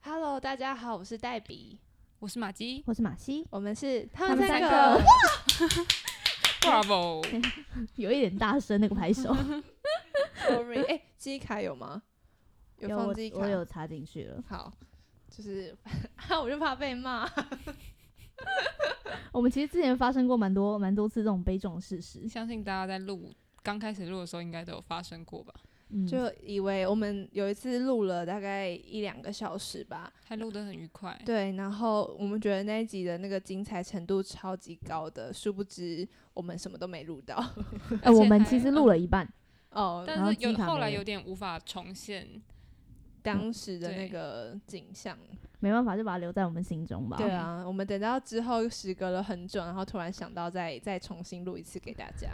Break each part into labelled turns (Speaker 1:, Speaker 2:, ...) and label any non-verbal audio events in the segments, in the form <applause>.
Speaker 1: Hello，大家好，我是黛比，
Speaker 2: 我是马姬
Speaker 3: 我是马西，
Speaker 1: 我们是他
Speaker 3: 他
Speaker 1: 们
Speaker 3: 们
Speaker 1: 三
Speaker 3: 三
Speaker 1: 个
Speaker 3: 个。
Speaker 2: ，Bravo！
Speaker 3: 有一点大声那个拍手，
Speaker 1: Sorry，哎、记忆卡有吗？ <laughs> 有
Speaker 3: 我
Speaker 1: 放记忆卡？
Speaker 3: 我有插进去了。
Speaker 1: 好，就是 <laughs> 啊，我就怕被骂。
Speaker 3: 我们其实之前发生过蛮多蛮多次这种悲壮的事实，
Speaker 2: 相信大家在录刚开始录的时候，应该都有发生过吧？
Speaker 3: 嗯，
Speaker 1: 就以为我们有一次录了大概一两个小时吧，
Speaker 2: 还录得很愉快，
Speaker 1: 对，然后我们觉得那一集的那个精彩程度超级高的，殊不知我们什么都没录到。
Speaker 3: 哎，我们
Speaker 2: 而且还
Speaker 3: 其实
Speaker 1: 嗯
Speaker 3: 录了一半，
Speaker 1: 哦，
Speaker 2: 但是
Speaker 3: 然后
Speaker 2: 有
Speaker 3: 机卡没
Speaker 2: 后来
Speaker 3: 有
Speaker 2: 有点无法重现，
Speaker 1: 当时的那
Speaker 2: 对
Speaker 1: 个景象，
Speaker 3: 没办法，就把它留在我们心中吧。
Speaker 1: 对，啊，我们等到之后时隔了很久，然后突然想到再再重新录一次给大家。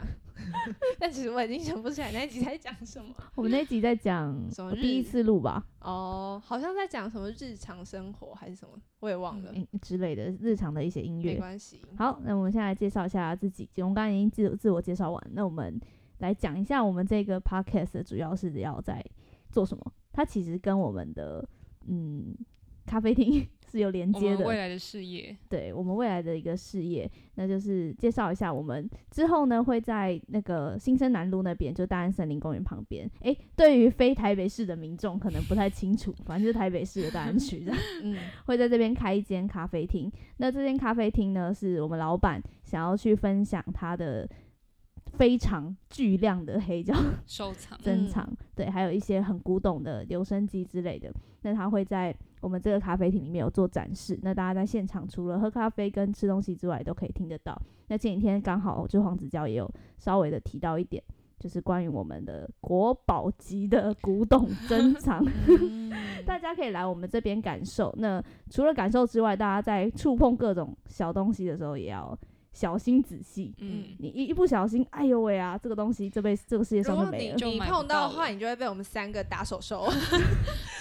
Speaker 1: <laughs> 但其实我已经想不起来那一集在讲什么
Speaker 3: 我们那一集在讲
Speaker 1: <laughs> 什么
Speaker 3: 我
Speaker 1: 日
Speaker 3: 第一次录吧，
Speaker 1: 哦，好像在讲什么日常生活还是什么，我也忘了，
Speaker 3: 嗯之类的日常的一些音
Speaker 1: 没
Speaker 3: 乐。
Speaker 1: 关系。
Speaker 3: 好，那我们现在来介绍一下自己，我们刚刚已经自自我介绍完，那我们来讲一下我们这个 podcast 的主要是要在做什么。它其实跟我们的嗯咖啡厅 <laughs> 是有连
Speaker 2: 我
Speaker 3: 接
Speaker 2: 们
Speaker 3: 的，
Speaker 2: 未来的事业，
Speaker 3: 对我们未来的一个事业，那就是介绍一下我们之后呢会在那个新生南路那边，就大安森林公园旁边。诶，对于非台北市的民众可能不太清楚，反正就是台北市的大安区这样，
Speaker 1: 嗯，
Speaker 3: 会在这边开一间咖啡厅。那这间咖啡厅呢，是我们老板想要去分享他的非常巨量的黑胶
Speaker 2: 收藏。
Speaker 3: 珍
Speaker 1: 嗯
Speaker 3: 藏，对，还有一些很古董的留声机之类的。那他会在我们这个咖啡厅里面有做展示，那大家在现场除了喝咖啡跟吃东西之外，都可以听得到。那前几天刚好就黄子佼也有稍微的提到一点，就是关于我们的国宝级的
Speaker 1: <laughs>
Speaker 3: 古董珍藏。
Speaker 1: 嗯
Speaker 3: <laughs> 大家可以来我们这边感受。那除了感受之外，大家在触碰各种小东西的时候，也要小心仔细。
Speaker 2: 嗯，
Speaker 3: 你一一不小心，哎呦喂啊，这个东西这辈子这个世界
Speaker 1: 如
Speaker 3: 上就
Speaker 1: 果
Speaker 3: 没
Speaker 1: 你
Speaker 3: 了。
Speaker 2: 就
Speaker 1: 你
Speaker 2: 买
Speaker 1: 碰
Speaker 2: 不
Speaker 1: 到
Speaker 2: 到
Speaker 1: 的话，
Speaker 2: 了
Speaker 1: 你就会被我们三个打手手。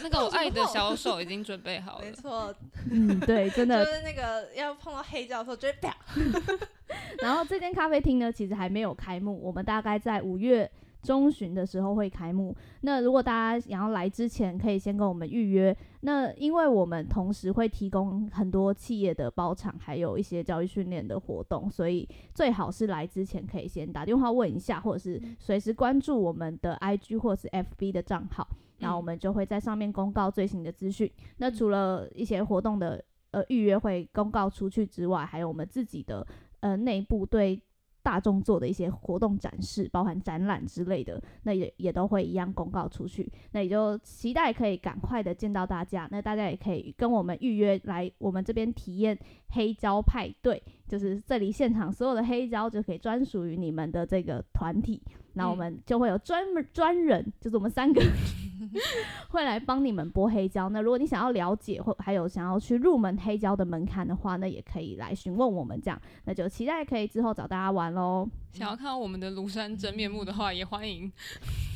Speaker 2: 那个我爱的小手已经准备好
Speaker 1: 没
Speaker 2: 了，
Speaker 1: 错，
Speaker 3: 嗯，对，真
Speaker 1: 就
Speaker 3: 的。
Speaker 1: 是那个要碰到黑胶的时候，就会啪。
Speaker 3: 然后这间咖啡厅呢，其实还没有开幕，我们大概在五月中旬的时候会开幕。那如果大家想要来之前，可以先跟我们预约。那因为我们同时会提供很多企业的包场，还有一些教育训练的活动，所以最好是来之前可以先打电话问一下，或者是随时关注我们的 IG 或是 FB 的账号。然后我们就会在上面公告最新的资讯。那除了一些活动的呃预约会公告出去之外，还有我们自己的呃内部对大众做的一些活动展示，包含展览之类的，那也也都会一样公告出去。那也就期待可以赶快的见到大家。那大家也可以跟我们预约来我们这边体验黑胶派对，就是这里现场所有的黑胶就可以专属于你们的这个团体。那我
Speaker 2: 嗯
Speaker 3: 们就会有专门专人，就是我们三
Speaker 1: <laughs>
Speaker 3: 个会来帮你们剥黑胶。那如果你想要了解或还有想要去入门黑胶的门槛的话，那也可以来询问我们这样。那就期待可以之后找大家玩喽。
Speaker 2: 想要看到我们的庐山真面目的话，也欢迎。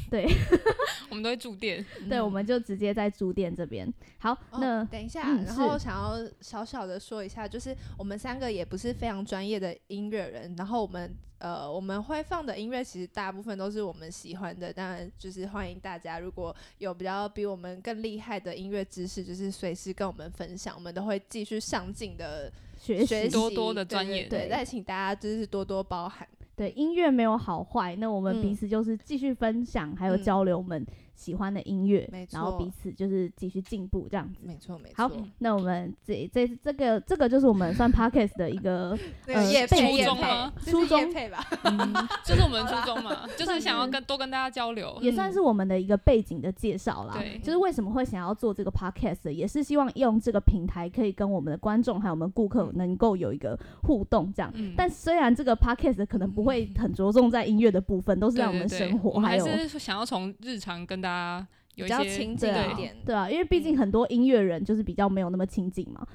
Speaker 3: 对，
Speaker 2: <laughs> 我们都会驻店，
Speaker 3: 对，我们就直接在驻店这边。好，
Speaker 1: 嗯哦
Speaker 3: 那
Speaker 1: 等一下，
Speaker 3: 嗯
Speaker 1: 然
Speaker 3: 是
Speaker 1: 后想要小小的说一下，就是我们三个也不是非常专业的音乐人，然后我们呃我们会放的音乐其实大部分都是我们喜欢的，当然就是欢迎大家如果有比较比我们更厉害的音乐知识，就是随时跟我们分享，我们都会继续上进的
Speaker 3: 学
Speaker 1: 学习，
Speaker 3: 习
Speaker 2: 多多的钻
Speaker 1: 对对
Speaker 2: 研
Speaker 1: 对，
Speaker 3: 对
Speaker 1: 但请大家就是多多包涵。
Speaker 3: 对音乐没有好坏，那我
Speaker 1: 嗯
Speaker 3: 们彼此就是继续分享，还有
Speaker 1: 嗯
Speaker 3: 交流我们喜欢的音乐，
Speaker 1: 没
Speaker 3: 然后
Speaker 1: 错
Speaker 3: 彼此就是继续进步这样子。
Speaker 1: 没错，没
Speaker 3: 好嗯
Speaker 1: 错，
Speaker 3: 那我们这这这个这个就是我们算 podcast 的一
Speaker 2: <laughs>
Speaker 3: 个
Speaker 1: 那个
Speaker 3: 呃
Speaker 1: 叶配
Speaker 3: 初
Speaker 1: 叶
Speaker 2: 中
Speaker 1: 配
Speaker 2: 吗，
Speaker 1: 这
Speaker 3: 初
Speaker 1: 是叶
Speaker 3: 中
Speaker 1: 配
Speaker 3: <laughs>
Speaker 1: 吧？
Speaker 3: 嗯
Speaker 2: 这是我们的初衷
Speaker 3: <laughs>
Speaker 2: 嘛，就是想要跟多跟大家交流。
Speaker 3: 也算是我们的一个背景的介绍啦。
Speaker 2: 嗯对
Speaker 3: 就是为什么会想要做这个 podcast，也是希望用这个平台可以跟我们的观众还有我们顾客能够有一个互动这样。
Speaker 2: 嗯
Speaker 3: 但虽然这个 podcast 可能不会很着重在音乐的部分，都是
Speaker 2: 对
Speaker 3: 让我们
Speaker 2: 对对
Speaker 3: 生活
Speaker 2: 我们
Speaker 3: 还
Speaker 2: 还
Speaker 3: 有
Speaker 2: 是想要从日常跟大家
Speaker 1: 比
Speaker 2: 有一
Speaker 1: 较
Speaker 2: 些
Speaker 1: 亲近
Speaker 3: 对
Speaker 1: 一
Speaker 3: 啊
Speaker 1: 点，
Speaker 3: 对啊，因为毕竟很多音乐人就是比较没有那么亲近嘛。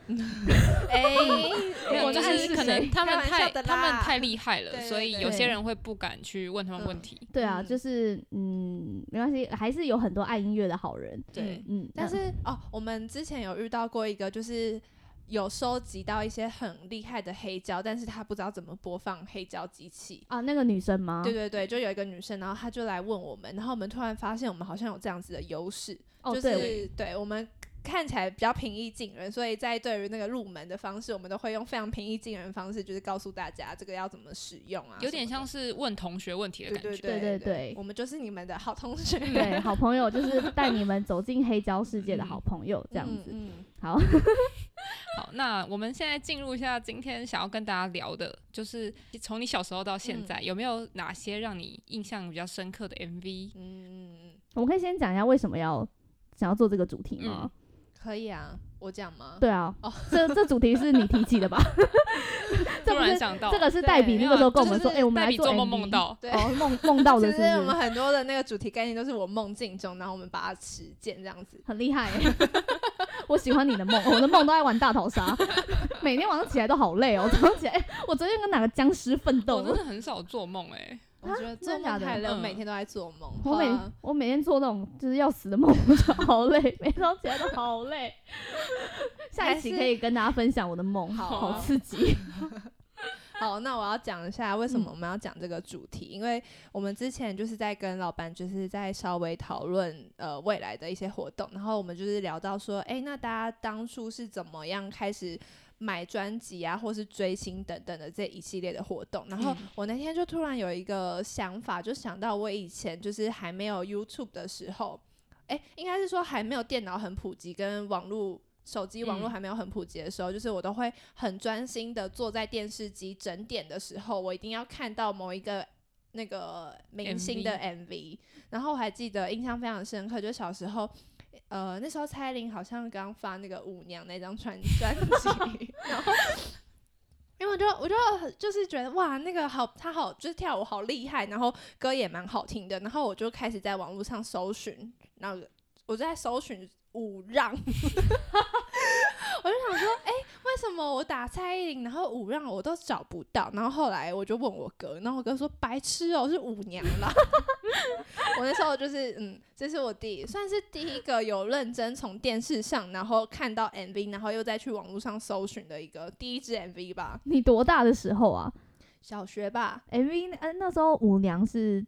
Speaker 1: 哎，
Speaker 2: 没
Speaker 1: <laughs>
Speaker 2: 有，
Speaker 1: 我
Speaker 2: 就
Speaker 1: 暗
Speaker 2: 是
Speaker 1: 示
Speaker 2: 可
Speaker 1: 谁
Speaker 2: 能他
Speaker 1: 开
Speaker 2: 们
Speaker 1: 玩笑
Speaker 2: 太
Speaker 1: 的
Speaker 2: 他们
Speaker 1: 啦
Speaker 2: 太厉害了，
Speaker 1: 对对
Speaker 2: 所以
Speaker 1: 对
Speaker 2: 有些人会不敢去问他们问题。
Speaker 3: <laughs> 对啊，
Speaker 1: 嗯
Speaker 3: 就是嗯，没关系，还是有很多爱音乐的好人。
Speaker 1: 对，
Speaker 3: 嗯，
Speaker 1: 但
Speaker 3: 那
Speaker 1: 是哦，我们之前有遇到过一个，就是有收集到一些很厉害的黑胶，但是他不知道怎么播放黑胶机器。
Speaker 3: 啊，那个女生吗？
Speaker 1: 对对对，就有一个女生，然后她就来问我们，然后我们突然发现我们好像有这样子的优势， <laughs>
Speaker 3: 哦，
Speaker 1: 就
Speaker 3: 对，
Speaker 1: 是对我们看起来比较平易近人，所以在对于那个入门的方式，我们都会用非常平易近人的方式，就是告诉大家这个要怎么使用啊什么的，
Speaker 2: 有点像是问同学问题的
Speaker 1: 对
Speaker 2: 感觉。
Speaker 1: 对
Speaker 3: 对
Speaker 1: 对
Speaker 3: 对对
Speaker 1: 我们就是你们的好同学，
Speaker 3: 对，好朋友就是带你们走进黑胶世界的好朋友，这样子。
Speaker 1: 嗯嗯
Speaker 3: 好，
Speaker 2: 好，那我们现在进入一下今天想要跟大家聊的，就是从你小时候到现
Speaker 1: 嗯
Speaker 2: 在，有没有哪些让你印象比较深刻的 MV？
Speaker 1: 嗯，嗯
Speaker 3: 我们可以先讲一下为什么要想要做这个主题吗？
Speaker 1: 可以啊，我讲吗？
Speaker 3: 对啊，
Speaker 1: 哦
Speaker 3: 这这主题是你提起的吧？
Speaker 2: 突
Speaker 3: 这不
Speaker 2: 然
Speaker 3: 是
Speaker 2: 想到，
Speaker 3: 这个是黛比
Speaker 2: 没
Speaker 3: 那
Speaker 2: 有
Speaker 3: 个时候
Speaker 2: 这
Speaker 3: 跟我们
Speaker 2: 就
Speaker 3: 说，
Speaker 2: 是
Speaker 3: 哎、我们
Speaker 2: 黛
Speaker 3: 来
Speaker 2: 比
Speaker 3: 做
Speaker 2: 做
Speaker 3: MV,
Speaker 2: 梦梦到，
Speaker 1: 对
Speaker 3: 哦，梦梦
Speaker 1: <laughs>
Speaker 3: 到的
Speaker 1: 其
Speaker 3: 是不
Speaker 1: 实
Speaker 3: 是？
Speaker 1: 我们很多的那个主题概念都是我梦境中，然后我们把它实践这样子。
Speaker 3: 很厉害耶。 <laughs> 我喜欢你的梦，我的梦都在玩大逃杀， <laughs> 每天晚上起来都好累哦。早上起来，哎我昨天跟哪个僵尸奋斗
Speaker 2: 我？哦真的很少做梦哎、
Speaker 1: 我觉得做
Speaker 3: 啊真的假
Speaker 1: 梦
Speaker 3: 的
Speaker 1: 太累，我
Speaker 2: 嗯
Speaker 1: 每天都在做梦。
Speaker 3: 我
Speaker 1: 好
Speaker 3: 每
Speaker 1: 啊
Speaker 3: 我每天做那种就是要死的梦，我就好累，每天早上起来都好累。下一期
Speaker 1: 还是
Speaker 3: 可以跟大家分享我的梦，
Speaker 1: 好
Speaker 3: 好
Speaker 1: 啊
Speaker 3: 刺激。
Speaker 1: <laughs> 好，那我要讲一下为什
Speaker 2: 嗯
Speaker 1: 么我们要讲这个主题，因为我们之前就是在跟老板就是在稍微讨论呃未来的一些活动，然后我们就是聊到说，哎、那大家当初是怎么样开始买专辑啊，或是追星等等的这一系列的活动，然后
Speaker 2: 嗯
Speaker 1: 我那天就突然有一个想法，就想到我以前就是还没有 YouTube 的时候，哎、应该是说还没有电脑很普及跟网络。手机网络
Speaker 2: 嗯
Speaker 1: 还没有很普及的时候，就是我都会很专心的坐在电视机整点的时候，我一定要看到某一个那个明星的 MV。然后我还记得印象非常深刻，就小时候，呃，那时候蔡依林好像刚发那个《舞娘》那张专专辑，然后。因为我就我就就是觉得哇，那个好，他好就是跳舞好厉害，然后歌也蛮好听的，然后我就开始在网络上搜寻，然后我就在搜寻舞让， <laughs> 我就想说，哎、为什么我打蔡依林，然后舞让我都找不到？然后后来我就问我哥，然后我哥说白痴哦、是舞娘啦。 <laughs> 我那时候就是，嗯，这是我第算是第一个有认真从电视上，然后看到 MV，然后又再去网络上搜寻的一个第一支 MV 吧，
Speaker 3: 你多大的时候啊
Speaker 1: 小学吧，
Speaker 3: ？MV 那呃那时候舞娘是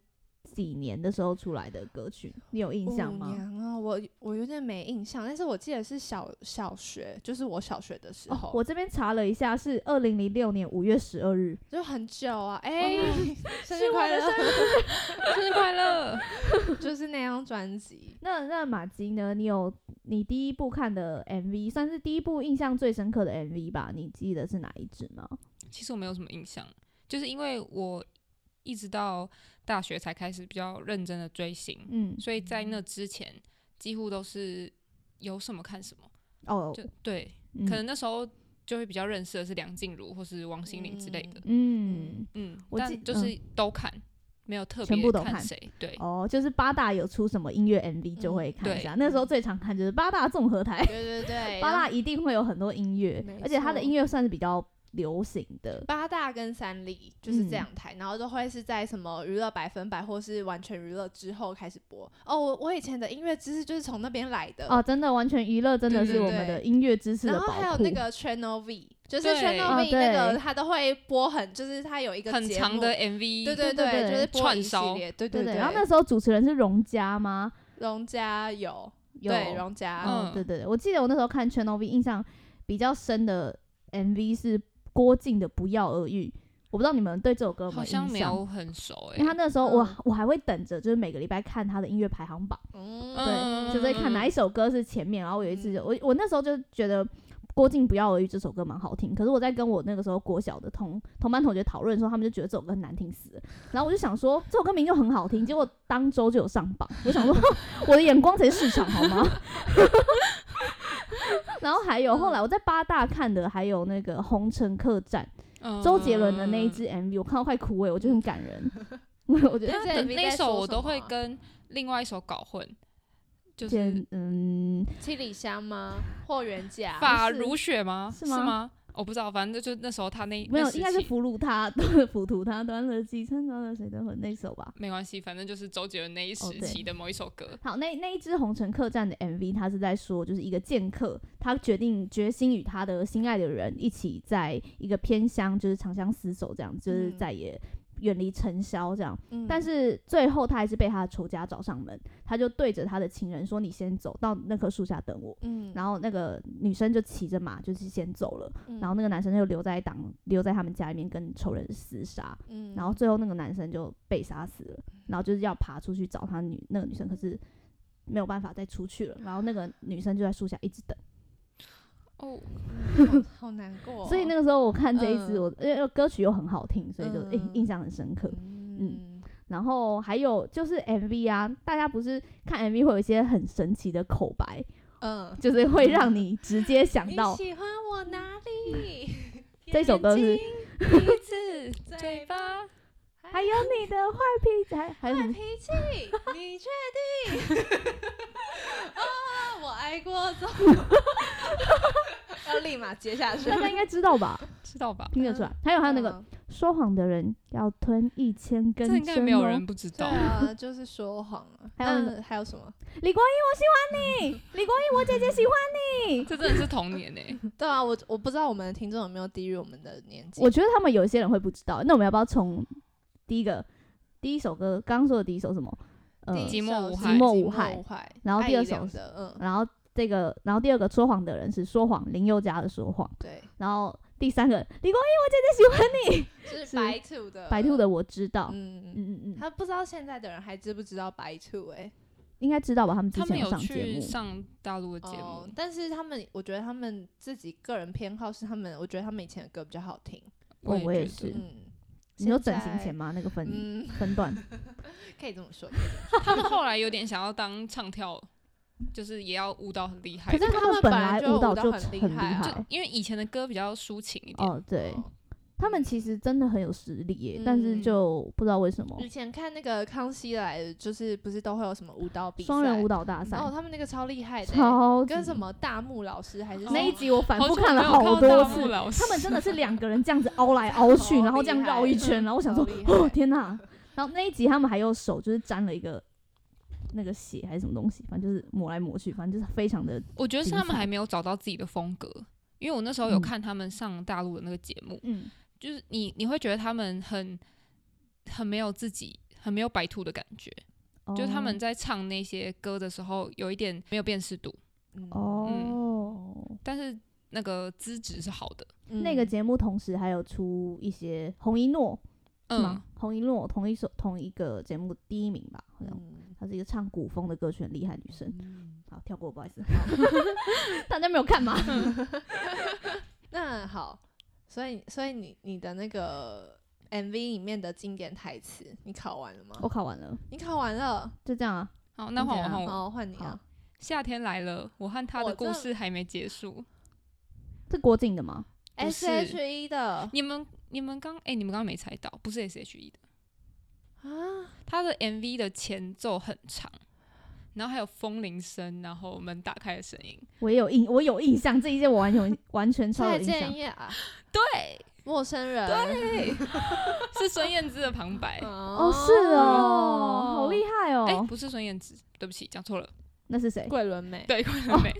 Speaker 3: 几年的时候出来的歌曲，你有印象
Speaker 1: 舞
Speaker 3: 吗？
Speaker 1: 娘啊，我我有点没印象，但是我记得是小小学，就是我小学的时候，
Speaker 3: 哦，我这边查了一下，是二零零六年五月十二日。
Speaker 1: 就很久啊，哎、 <laughs> 生
Speaker 3: 哦是
Speaker 1: 日
Speaker 3: 我
Speaker 1: 快
Speaker 3: 的
Speaker 1: 乐， <laughs>
Speaker 2: 生日快乐！
Speaker 1: 就是那张专辑。
Speaker 3: 那那马吉呢？你有你第一部看的 MV，算是第一部印象最深刻的 MV 吧？你记得是哪一支吗？
Speaker 2: 其实我没有什么印象，就是因为我一直到大学才开始比较认真的追星，
Speaker 3: 嗯，
Speaker 2: 所以在那之前几乎都是有什么看什么，
Speaker 3: 哦，
Speaker 2: 就对，
Speaker 3: 嗯
Speaker 2: 可能那时候就会比较认识的是梁静茹或是王心凌之类的，
Speaker 3: 嗯，
Speaker 2: 嗯，
Speaker 3: 我记
Speaker 2: 但就是都看，没有特别
Speaker 3: 全部都看
Speaker 2: 看谁，对，
Speaker 3: 哦，就是八大有出什么音乐 MV 就会看一下。
Speaker 2: 嗯
Speaker 3: 那时候最常看就是八大综合台，
Speaker 1: 对对对，
Speaker 3: 八
Speaker 1: 然后
Speaker 3: 大一定会有很多音乐
Speaker 1: 没，
Speaker 3: 而且它的
Speaker 1: 错
Speaker 3: 音乐算是比较流行的。
Speaker 1: 八大跟三立就是
Speaker 3: 嗯
Speaker 1: 这两台，然后都会是在什么娱乐百分百或是完全娱乐之后开始播。哦，我我以前的音乐知识就是从那边来的。
Speaker 3: 哦，真的完全娱乐真的
Speaker 2: 对
Speaker 3: 是
Speaker 2: 对
Speaker 3: 我们
Speaker 1: 呃对
Speaker 3: 的音乐知识的
Speaker 1: 然
Speaker 3: 宝
Speaker 1: 后
Speaker 3: 库。
Speaker 1: 还有那个 Channel V，就是
Speaker 2: 对
Speaker 1: Channel
Speaker 3: 哦
Speaker 1: V
Speaker 3: 对
Speaker 1: 那个，它都会播很，就是它有一个
Speaker 2: 很
Speaker 1: 节
Speaker 2: 长
Speaker 1: 目
Speaker 2: 的，MV，
Speaker 1: 对对
Speaker 3: 对对
Speaker 1: 就是播
Speaker 2: 串
Speaker 1: 一系
Speaker 2: 烧
Speaker 1: 列，对
Speaker 3: 对
Speaker 1: 对。
Speaker 3: 然后那时候主持人是荣嘉吗？
Speaker 1: 荣家有，
Speaker 3: 有
Speaker 1: 对荣家，
Speaker 3: 嗯，
Speaker 2: 嗯
Speaker 3: 对对对，我记得我那时候看 Channel V 印象比较深的 MV 是郭靖的《不药而愈》，我不知道你们对这首歌有没有
Speaker 2: 好
Speaker 3: 印
Speaker 2: 像
Speaker 3: 象？
Speaker 2: 没有很熟哎、
Speaker 3: 因为他那时候我、
Speaker 1: 嗯
Speaker 3: 我还会等着，就是每个礼拜看他的音乐排行榜，
Speaker 1: 嗯
Speaker 2: 嗯
Speaker 3: 对，就在看哎哪一首歌是前面。然后我有一次就我我那时候就觉得郭靖《不药而愈》这首歌蛮好听，可是我在跟我那个时候国小的同同班同学讨论的时候，他们就觉得这首歌很难听死了。然后我就想说这首歌名就很好听，结果当周就有上榜，我想说 <laughs> 我的眼光才是市场好吗？ <laughs> 然后还有后来我在八大看的，还有那个《红尘客栈》，
Speaker 2: 嗯
Speaker 3: 周杰伦的那一支 MV，我看到快哭欸诶、我觉得很感人。 <laughs> 我觉得
Speaker 1: 那
Speaker 2: 那
Speaker 1: MV 在
Speaker 2: 那首
Speaker 1: 说
Speaker 2: 我
Speaker 1: 什
Speaker 2: 都
Speaker 1: 么
Speaker 2: 会
Speaker 1: 啊
Speaker 2: 跟另外一首搞混，就
Speaker 3: 简
Speaker 2: 是
Speaker 3: 嗯，
Speaker 1: 七里香吗？霍元甲，
Speaker 2: 法
Speaker 3: 是
Speaker 2: 如雪吗？
Speaker 3: 是
Speaker 2: 是
Speaker 3: 吗
Speaker 2: 我不知道，反正就那时候他那
Speaker 3: 没有
Speaker 2: 那，时
Speaker 3: 应该是
Speaker 2: 期
Speaker 3: 俘虏他， <laughs> 俘虏他，端了几称，端了水的魂那首吧。
Speaker 2: 没关系，反正就是周杰伦那一
Speaker 3: 哦
Speaker 2: 时
Speaker 3: 对
Speaker 2: 期的某一首歌。
Speaker 3: 好，那那一支《红尘客栈》的 MV，他是在说，就是一个剑客，他决定决心与他的心爱的人一起在一个偏乡，就是长相厮守，这样，就是
Speaker 1: 嗯
Speaker 3: 再也远离尘嚣这样。
Speaker 1: 嗯
Speaker 3: 但是最后他还是被他的仇家找上门，他就对着他的情人说：“你先走到那棵树下等我。”
Speaker 1: 嗯
Speaker 3: 然后那个女生就骑着马就是先走了，
Speaker 1: 嗯
Speaker 3: 然后那个男生就留在党留在他们家里面跟仇人厮杀，
Speaker 1: 嗯
Speaker 3: 然后最后那个男生就被杀死了，然后就是要爬出去找他女那个女生，可是没有办法再出去了，然后那个女生就在树下一直等。
Speaker 2: 哦，
Speaker 1: 嗯好好难过哦，
Speaker 3: 所以那个时候我看这一支，
Speaker 1: 嗯
Speaker 3: 我因为歌曲又很好听，所以就、印
Speaker 1: 嗯
Speaker 3: 印象很深刻。
Speaker 1: 嗯
Speaker 3: 然后还有就是 MV 啊，大家不是看 MV 会有一些很神奇的口白，
Speaker 1: 嗯，
Speaker 3: 就是会让你直接想
Speaker 1: 你
Speaker 3: 到
Speaker 1: 喜欢我哪里？
Speaker 3: 这首歌是
Speaker 1: 眼
Speaker 2: 鼻子、
Speaker 1: 睛
Speaker 3: <laughs>
Speaker 2: 嘴巴，
Speaker 3: 还有你的坏脾气，还还有什么
Speaker 1: 脾气，你确 <laughs> 定？啊，我挨过
Speaker 3: <laughs>
Speaker 1: 揍，要立马接下去
Speaker 3: 大。家应该知道吧？
Speaker 2: 知道吧？
Speaker 3: 听得出来。还有还有那个
Speaker 1: 嗯，
Speaker 3: 说谎的人要吞一千根
Speaker 2: 这应该
Speaker 3: 针
Speaker 2: 没有
Speaker 3: 哦
Speaker 2: 人。不知
Speaker 1: 对
Speaker 2: 道。
Speaker 1: 啊，就是说谎啊。
Speaker 3: 还有那
Speaker 1: 那还有什么？
Speaker 3: 李国英，我喜欢你。李国英，我姐姐喜欢你。
Speaker 2: 这真的是童年欸呢、
Speaker 1: 对啊，我我不知道我们的听众有没有低于我们的年纪。
Speaker 3: <laughs> 我觉得他们有一些人会不知道。那我们要不要从第一个第一首歌，刚刚说的第一首什么？呃，
Speaker 1: 第一
Speaker 2: 寂
Speaker 1: 首
Speaker 2: 寞无
Speaker 1: 是
Speaker 2: 害
Speaker 1: 寂
Speaker 3: 寂寞
Speaker 1: 寞
Speaker 3: 无
Speaker 1: 无
Speaker 3: 害
Speaker 1: 害
Speaker 3: 然后
Speaker 1: 艾
Speaker 3: 第二
Speaker 1: 怡良
Speaker 3: 首
Speaker 1: 的，嗯，
Speaker 3: 然后这个，然后第二个说谎的人是说谎林宥嘉的说谎， <laughs>
Speaker 1: 对，
Speaker 3: 然后第三个李国英，我姐姐喜欢
Speaker 1: 就是
Speaker 3: 是
Speaker 1: 白兔的，
Speaker 3: 你。白兔，的我知道。
Speaker 1: 嗯嗯，
Speaker 3: 嗯嗯嗯，
Speaker 1: 他不知道现在的人还知不知道白兔哎、
Speaker 3: 应该知道吧？他们之
Speaker 2: 他们
Speaker 3: 前
Speaker 2: 有
Speaker 3: 上节
Speaker 2: 去
Speaker 3: 目。
Speaker 2: 上大陆的节目，
Speaker 1: 哦，但是他们，我觉得他们自己个人偏好是他们，我觉得他们以前的歌比较好听。
Speaker 3: 我我也
Speaker 2: 也觉得
Speaker 3: 是
Speaker 1: 嗯，
Speaker 3: 你有
Speaker 1: 现
Speaker 3: 整形
Speaker 1: 在
Speaker 3: 前吗？那个哦分、
Speaker 1: 嗯，
Speaker 3: 分段，
Speaker 1: 可以这么说。
Speaker 2: 他们后来有点想要当唱跳，就是也要舞蹈很厉害
Speaker 3: 可
Speaker 2: 的。
Speaker 3: 是
Speaker 1: 他
Speaker 3: 们
Speaker 1: 们
Speaker 3: 本
Speaker 1: 本来
Speaker 3: 来
Speaker 1: 就
Speaker 3: 舞蹈
Speaker 1: 舞蹈
Speaker 3: 就
Speaker 1: 很
Speaker 3: 很
Speaker 1: 厉
Speaker 3: 厉
Speaker 1: 害啊
Speaker 3: 害
Speaker 2: 就。因为以前的歌比较抒情一点，
Speaker 3: 哦，对，
Speaker 1: 哦
Speaker 3: 他们其实真的很有实力耶，但是
Speaker 1: 嗯
Speaker 3: 就不知道为什么
Speaker 1: 以前看那个《康熙来了》，就是不是都会有什么舞蹈比赛，
Speaker 3: 双人舞蹈大赛
Speaker 1: 哦，他们那个超厉害的欸、
Speaker 3: 超级
Speaker 1: 跟什么大木老师还是
Speaker 2: 哦
Speaker 1: 什
Speaker 3: 那一
Speaker 1: 么
Speaker 3: 集我反
Speaker 2: 好
Speaker 3: 复
Speaker 2: 久
Speaker 3: 看了
Speaker 2: 没有
Speaker 3: 好
Speaker 2: 看到
Speaker 3: 多
Speaker 2: 大木
Speaker 3: 次，
Speaker 2: 老师
Speaker 3: 他们真的是两个人这样子凹
Speaker 1: <laughs>
Speaker 3: 来哎凹去，
Speaker 1: 好
Speaker 3: 然后这样
Speaker 1: 厉害嗯
Speaker 3: 绕一圈，然后我想
Speaker 1: 好
Speaker 3: 说
Speaker 1: 厉，害
Speaker 3: 哦天哪！然后那一集他们还有手就是沾了一个那个血还是什么东西，反正就是抹来抹去，反正就是非常的
Speaker 2: 我觉得是他
Speaker 3: 精
Speaker 2: 们
Speaker 3: 彩
Speaker 2: 还没有找到自己的风格。因为我那时候有
Speaker 3: 嗯
Speaker 2: 看他们上大陆的那个节目，
Speaker 3: 嗯
Speaker 2: 就是你你会觉得他们很很没有自己，很没有白兔的感觉。
Speaker 3: 哦
Speaker 2: 就是他们在唱那些歌的时候，有一点没有辨识度，
Speaker 1: 嗯
Speaker 3: 哦。
Speaker 2: 但是那个资质是好的。
Speaker 1: 嗯
Speaker 3: 那个节目同时还有出一些洪一诺，是
Speaker 2: 嗯
Speaker 3: 吗，？洪一诺同一首同一个节目第一名吧，好像
Speaker 1: 嗯
Speaker 3: 她是一个唱古风的歌曲很厉害的女生。
Speaker 2: 嗯
Speaker 3: 好，跳过，不好意思。 <laughs> 大家没有看吗？
Speaker 2: 嗯
Speaker 1: 那好，所以所以你你的那个 MV 里面的经典台词，你考完了吗？
Speaker 3: 我考完了，
Speaker 1: 你考完了，
Speaker 3: 就这样啊。
Speaker 2: 好，那换
Speaker 3: 这
Speaker 2: 我
Speaker 3: 样
Speaker 2: 换我。
Speaker 1: 好，换你啊
Speaker 3: 好。
Speaker 2: 夏天来了，我和他的
Speaker 1: 我
Speaker 2: 故
Speaker 1: 这
Speaker 2: 事还没结束。
Speaker 3: 是郭靖的吗？
Speaker 2: 不
Speaker 1: S
Speaker 2: 是
Speaker 1: H E 的
Speaker 2: 你们你们刚哎、你们刚刚没猜到，不是 S.H.E 的，
Speaker 1: 啊，
Speaker 2: 他的 MV 的前奏很长，然后还有风铃声，然后门打开的声音。
Speaker 3: 我也有印，我有印象，这一件我
Speaker 2: <laughs>
Speaker 3: 完全完全超有
Speaker 1: 蔡
Speaker 3: 印象
Speaker 1: 健。雅啊，
Speaker 2: 对，
Speaker 1: 陌生人，对，
Speaker 2: <laughs> 是孙燕姿的旁白。
Speaker 3: 哦，
Speaker 1: 哦
Speaker 3: 是哦，好厉害
Speaker 2: 哎、
Speaker 3: 哦。
Speaker 2: 不是孙燕姿，对不起，讲错了。
Speaker 3: 那是谁？
Speaker 1: 桂纶镁，
Speaker 2: 对，桂纶镁。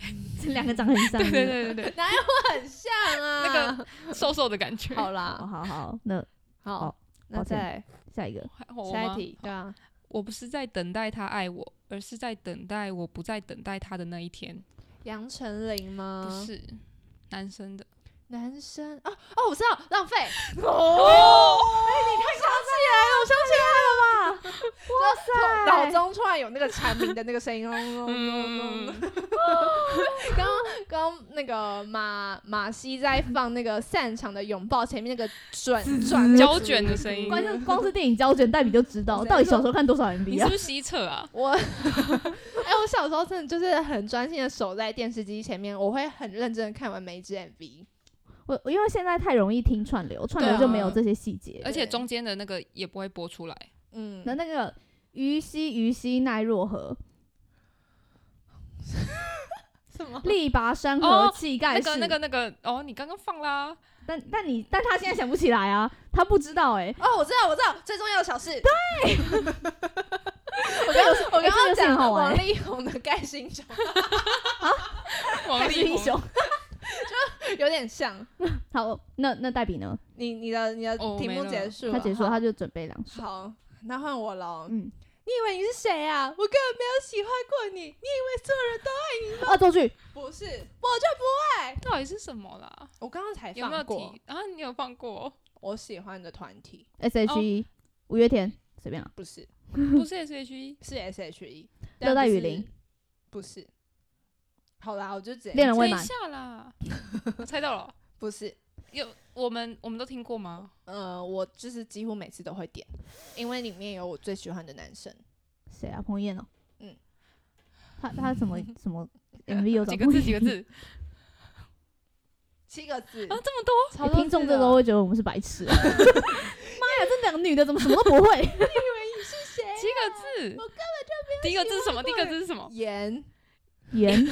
Speaker 3: 这 <laughs> 两个长得很像。
Speaker 2: 对对对对
Speaker 1: 哪有很像啊？
Speaker 2: 那对，瘦瘦的感觉。
Speaker 1: 个好
Speaker 3: 好
Speaker 1: 啦，
Speaker 3: 好好，那
Speaker 1: 好
Speaker 3: 好，
Speaker 1: 那
Speaker 3: 抱歉
Speaker 1: 再
Speaker 3: 下一个
Speaker 2: 还我吗
Speaker 1: 下一题，对啊，
Speaker 2: 我不是在等待他爱我，而是在等待我不再等待他的那一天。
Speaker 1: 杨丞琳吗？
Speaker 2: 不是男生的，
Speaker 1: 男生哦哦，我知道，浪费
Speaker 2: 哦
Speaker 1: 哦，哎，你看想起来了，我想
Speaker 3: <laughs>
Speaker 1: 起来了吧？哇塞，脑中突然有那个蝉鸣的那个声
Speaker 3: <laughs>
Speaker 1: 音，哦
Speaker 2: 嗯，
Speaker 1: 刚刚刚那个马马西在放那个散场的拥抱，前面那个转转
Speaker 2: 胶卷的声音
Speaker 3: 关键光是电影胶卷带你就
Speaker 2: <laughs>
Speaker 3: 知道，
Speaker 1: 谁
Speaker 3: 到底
Speaker 1: 说
Speaker 3: 小时候看多少
Speaker 2: 你
Speaker 3: MV
Speaker 2: 是
Speaker 3: 啊
Speaker 2: 不？是西澈啊？
Speaker 1: 我，
Speaker 3: <laughs>
Speaker 1: 哎，我小时候真的就是很专心的守在电视机前面，我会很认真的看完每一支 MV。
Speaker 3: 我我因为现在太容易听串流，串
Speaker 1: 对
Speaker 3: 流
Speaker 1: 啊
Speaker 3: 就没有这些细节。
Speaker 2: 而且中间的那个也不会播出来。
Speaker 1: 嗯，
Speaker 3: 那那个于西于西奈
Speaker 2: <laughs>
Speaker 3: 若何，
Speaker 1: 什么？
Speaker 3: 力拔山河
Speaker 2: 哦
Speaker 3: 气盖
Speaker 2: 那
Speaker 3: 世。
Speaker 2: 个、那个、那个，哦，你刚刚放啦，
Speaker 3: 但但你但他现在想不起来啊，他不知道哎、
Speaker 2: <laughs>
Speaker 3: 欸。
Speaker 1: 哦，我知道，我知道，最重要的小事。对，我刚我刚刚
Speaker 3: 这个是很
Speaker 1: 讲
Speaker 3: 好玩
Speaker 1: 王力宏的《盖世英雄》
Speaker 2: 王
Speaker 3: 盖世
Speaker 2: 力
Speaker 3: 英
Speaker 2: 宏。
Speaker 3: 雄，
Speaker 1: 有点像，
Speaker 3: 好，那那黛比呢？
Speaker 1: 你你的你的
Speaker 2: 哦
Speaker 1: 题
Speaker 2: 没
Speaker 1: 目
Speaker 2: 了
Speaker 1: 结束了，
Speaker 3: 他结束，
Speaker 1: 好
Speaker 3: 他就准备两首。
Speaker 1: 好，那换我喽。
Speaker 3: 嗯，
Speaker 1: 你以为你是谁啊？我根本没有喜欢过你。你以为所有人都
Speaker 3: 恶作剧，
Speaker 1: 不是？我就不，
Speaker 2: 到底是什么啦？
Speaker 1: 我刚刚才
Speaker 2: 有没有
Speaker 1: 放过
Speaker 2: 提啊？你有放过？
Speaker 1: 我喜欢的团体，
Speaker 3: S.H.E、五
Speaker 2: 哦
Speaker 3: E，月天，随便啊。
Speaker 1: 不是
Speaker 2: 不是 E？S.H.E，
Speaker 1: 是 S.H.E。
Speaker 2: 啊
Speaker 1: 但
Speaker 3: 热带
Speaker 1: 不
Speaker 3: 雨
Speaker 1: 是
Speaker 3: 林
Speaker 1: 不是。好啦，我就直接
Speaker 3: 恋人
Speaker 2: 等
Speaker 3: 未
Speaker 2: 一
Speaker 3: 满
Speaker 2: 下啦，我猜到了，
Speaker 1: 不是。
Speaker 2: 有我们我们都听过吗？
Speaker 1: 呃，我就是几乎每次都会点，因为里面有我最喜欢的男生。
Speaker 3: 谁啊？彭于晏哦。
Speaker 1: 嗯，
Speaker 3: 他
Speaker 2: <laughs>
Speaker 3: 他什么什么 MV 有找
Speaker 2: 几个
Speaker 3: 彭于
Speaker 2: 字？
Speaker 3: 晏
Speaker 2: 几个？字？
Speaker 1: 七个字
Speaker 2: 啊，这么多？
Speaker 1: 超
Speaker 3: <laughs> 欸
Speaker 1: 多
Speaker 3: 听众
Speaker 1: 字
Speaker 3: 这
Speaker 1: 的
Speaker 3: 都会觉得我们是白痴
Speaker 2: <laughs>
Speaker 3: 啊。妈呀，这两个女的怎么什么都不会？
Speaker 1: 是谁？
Speaker 2: 七个字？
Speaker 1: 我
Speaker 2: 根本就没有。第一个字是什么？第一个字是什
Speaker 1: <laughs>
Speaker 2: 么？
Speaker 1: 盐
Speaker 3: 沿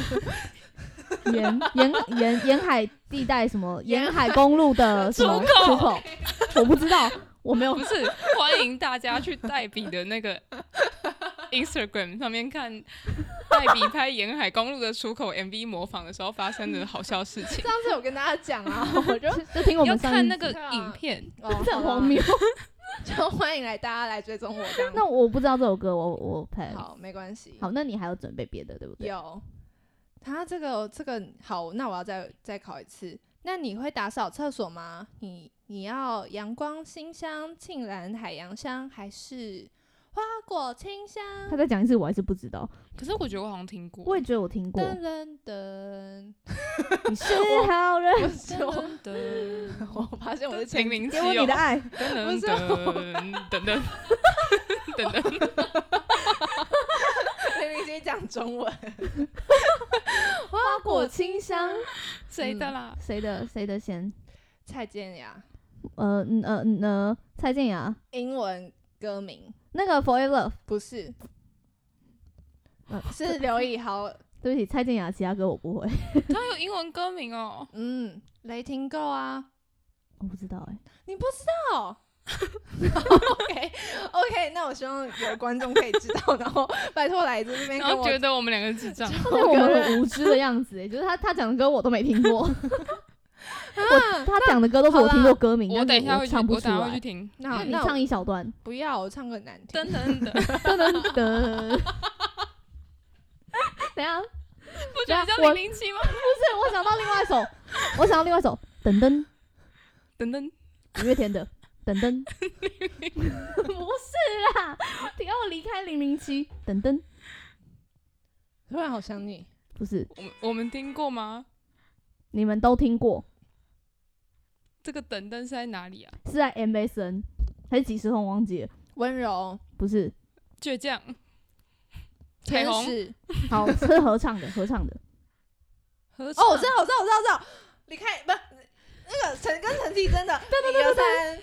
Speaker 3: <laughs> 沿沿沿沿海地带什么沿海公路的什么
Speaker 2: 出口
Speaker 3: 出口？我不知道，我没有
Speaker 2: 不。是，欢迎大家去黛比的那个 Instagram 上面看黛比拍沿海公路的出口 MV 模仿的时候发生的好笑事情。
Speaker 1: 上次有跟大家讲啊， <laughs> 我
Speaker 3: <laughs>
Speaker 1: 就
Speaker 3: 就听我
Speaker 2: 要
Speaker 3: 们上
Speaker 2: 看那
Speaker 3: 一
Speaker 2: 个
Speaker 1: 对啊
Speaker 2: 影片，
Speaker 1: 哦
Speaker 3: 这很
Speaker 1: 好啦
Speaker 3: 荒谬。 <laughs>
Speaker 1: <laughs> 就欢迎来大家来追踪我这样。
Speaker 3: 那我不知道这首歌，我我 pass。
Speaker 1: 好，没关系。
Speaker 3: 好，那你还有准备别的对不对？
Speaker 1: 有，他这个这个好，那我要再再考一次。那你会打扫厕所吗？你你要阳光馨香、沁然海洋香，还是花果清香？
Speaker 3: 他再讲一次，我还是不知道。
Speaker 2: 可是我觉得我好像听过。
Speaker 3: 我也觉得我听过。
Speaker 1: 噔噔噔！
Speaker 3: 你是好人，
Speaker 1: 不是
Speaker 3: <laughs>
Speaker 1: 我，
Speaker 2: 噔噔
Speaker 1: 我发现我是
Speaker 2: 陈
Speaker 1: 前
Speaker 2: 明基
Speaker 3: 给我你
Speaker 2: 哦
Speaker 3: 的，爱。
Speaker 2: 噔噔
Speaker 1: 不是
Speaker 2: 噔噔 <laughs> 噔噔噔，
Speaker 1: 前明星讲中文。
Speaker 3: 花果清香，
Speaker 2: 谁的啦？
Speaker 3: 谁的谁的先？
Speaker 1: <laughs> 蔡健雅，
Speaker 3: 呃嗯呃嗯呃，蔡健雅
Speaker 1: 英文歌名
Speaker 3: 那个 Forever，
Speaker 1: 不是
Speaker 3: 呃，
Speaker 1: 是刘以豪。
Speaker 3: 对不起，蔡健雅其他歌我不会， <laughs>
Speaker 2: 他有英文歌名哦。
Speaker 1: 嗯，雷霆 Go 啊，
Speaker 3: 我不知道哎、
Speaker 1: 你不知道？OK OK，那我希望有观众可以知道，然后拜托来这边
Speaker 2: 然
Speaker 1: 跟
Speaker 2: 后
Speaker 1: 我
Speaker 2: 觉得我们两个智障， <laughs>
Speaker 3: 他对我们很无知的样子、欸，就是 <laughs> 他他讲的歌我都没听过，
Speaker 2: <laughs>
Speaker 3: 我他讲的歌都是我听过歌名，
Speaker 2: 我等
Speaker 3: 但
Speaker 2: 一
Speaker 3: 是
Speaker 2: 下
Speaker 3: 我
Speaker 2: 会去，
Speaker 3: 唱不
Speaker 2: 我
Speaker 3: 出
Speaker 2: 等一下会去
Speaker 3: 来。
Speaker 2: 听。嗯
Speaker 1: 那
Speaker 3: 你
Speaker 1: 那我
Speaker 3: 唱一小
Speaker 2: <laughs>
Speaker 3: 段， <laughs>
Speaker 1: 不要，我唱个难听。
Speaker 2: 噔噔噔，
Speaker 3: 噔噔噔，等一下，不
Speaker 2: <laughs> 不觉得
Speaker 3: 等一下
Speaker 2: 像
Speaker 3: 我
Speaker 2: 零零七吗？
Speaker 3: 是，我想到另外一首，
Speaker 2: <laughs>
Speaker 3: 我想到另外一首，噔噔，
Speaker 2: 噔噔，
Speaker 3: 五月天的，噔
Speaker 2: <laughs>
Speaker 3: 噔，不是啦，你要我离开零零七，噔噔，
Speaker 1: 突然好想你，
Speaker 3: 不是，
Speaker 2: 我们我们听过吗？
Speaker 3: 你们都听过，
Speaker 2: 这个噔噔是在哪里啊？
Speaker 3: 是在 MSN 还是几时红忘记了？
Speaker 1: 温柔
Speaker 3: 不是，
Speaker 2: 倔强，彩
Speaker 1: 天
Speaker 2: 虹
Speaker 1: 使。
Speaker 3: 好，是合唱的，合
Speaker 2: <laughs>
Speaker 3: 唱的，
Speaker 2: 合
Speaker 1: 哦，我
Speaker 2: 唱
Speaker 1: 知道，我知道，我知道，我知道。你看，不，那个陈跟陈绮贞的，对对对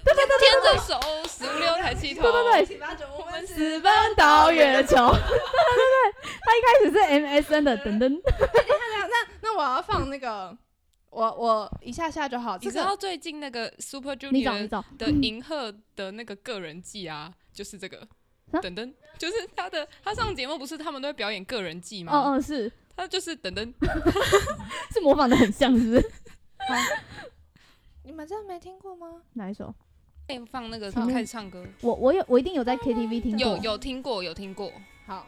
Speaker 1: 对对，
Speaker 2: 牵着手，十五六抬起头，
Speaker 3: 对对对，
Speaker 1: 七八九，我们是。
Speaker 3: 私奔到月球，对对对，他一开始是 MSN 的，噔噔，
Speaker 1: 那那那我要放那个，我我一下下就好。
Speaker 2: 你
Speaker 1: 这
Speaker 2: 知道
Speaker 1: 个
Speaker 2: 最近那个 Super
Speaker 3: 你找
Speaker 2: Junior
Speaker 3: 你找，
Speaker 2: 的银赫的那个个人季啊，就是这个
Speaker 3: 啊
Speaker 2: 等等，就是他的他上节目不是他们都会表演个人季吗？
Speaker 3: 哦哦是
Speaker 2: 他就是等等，
Speaker 3: 是模仿的很像，是不是？
Speaker 1: 你们真的没听过吗？
Speaker 3: 哪一首？
Speaker 2: 哎放那个
Speaker 1: 好
Speaker 2: 开始唱歌，
Speaker 3: 我我有我一定有在 KTV 听过
Speaker 2: 有，有听过有听过，
Speaker 1: 好，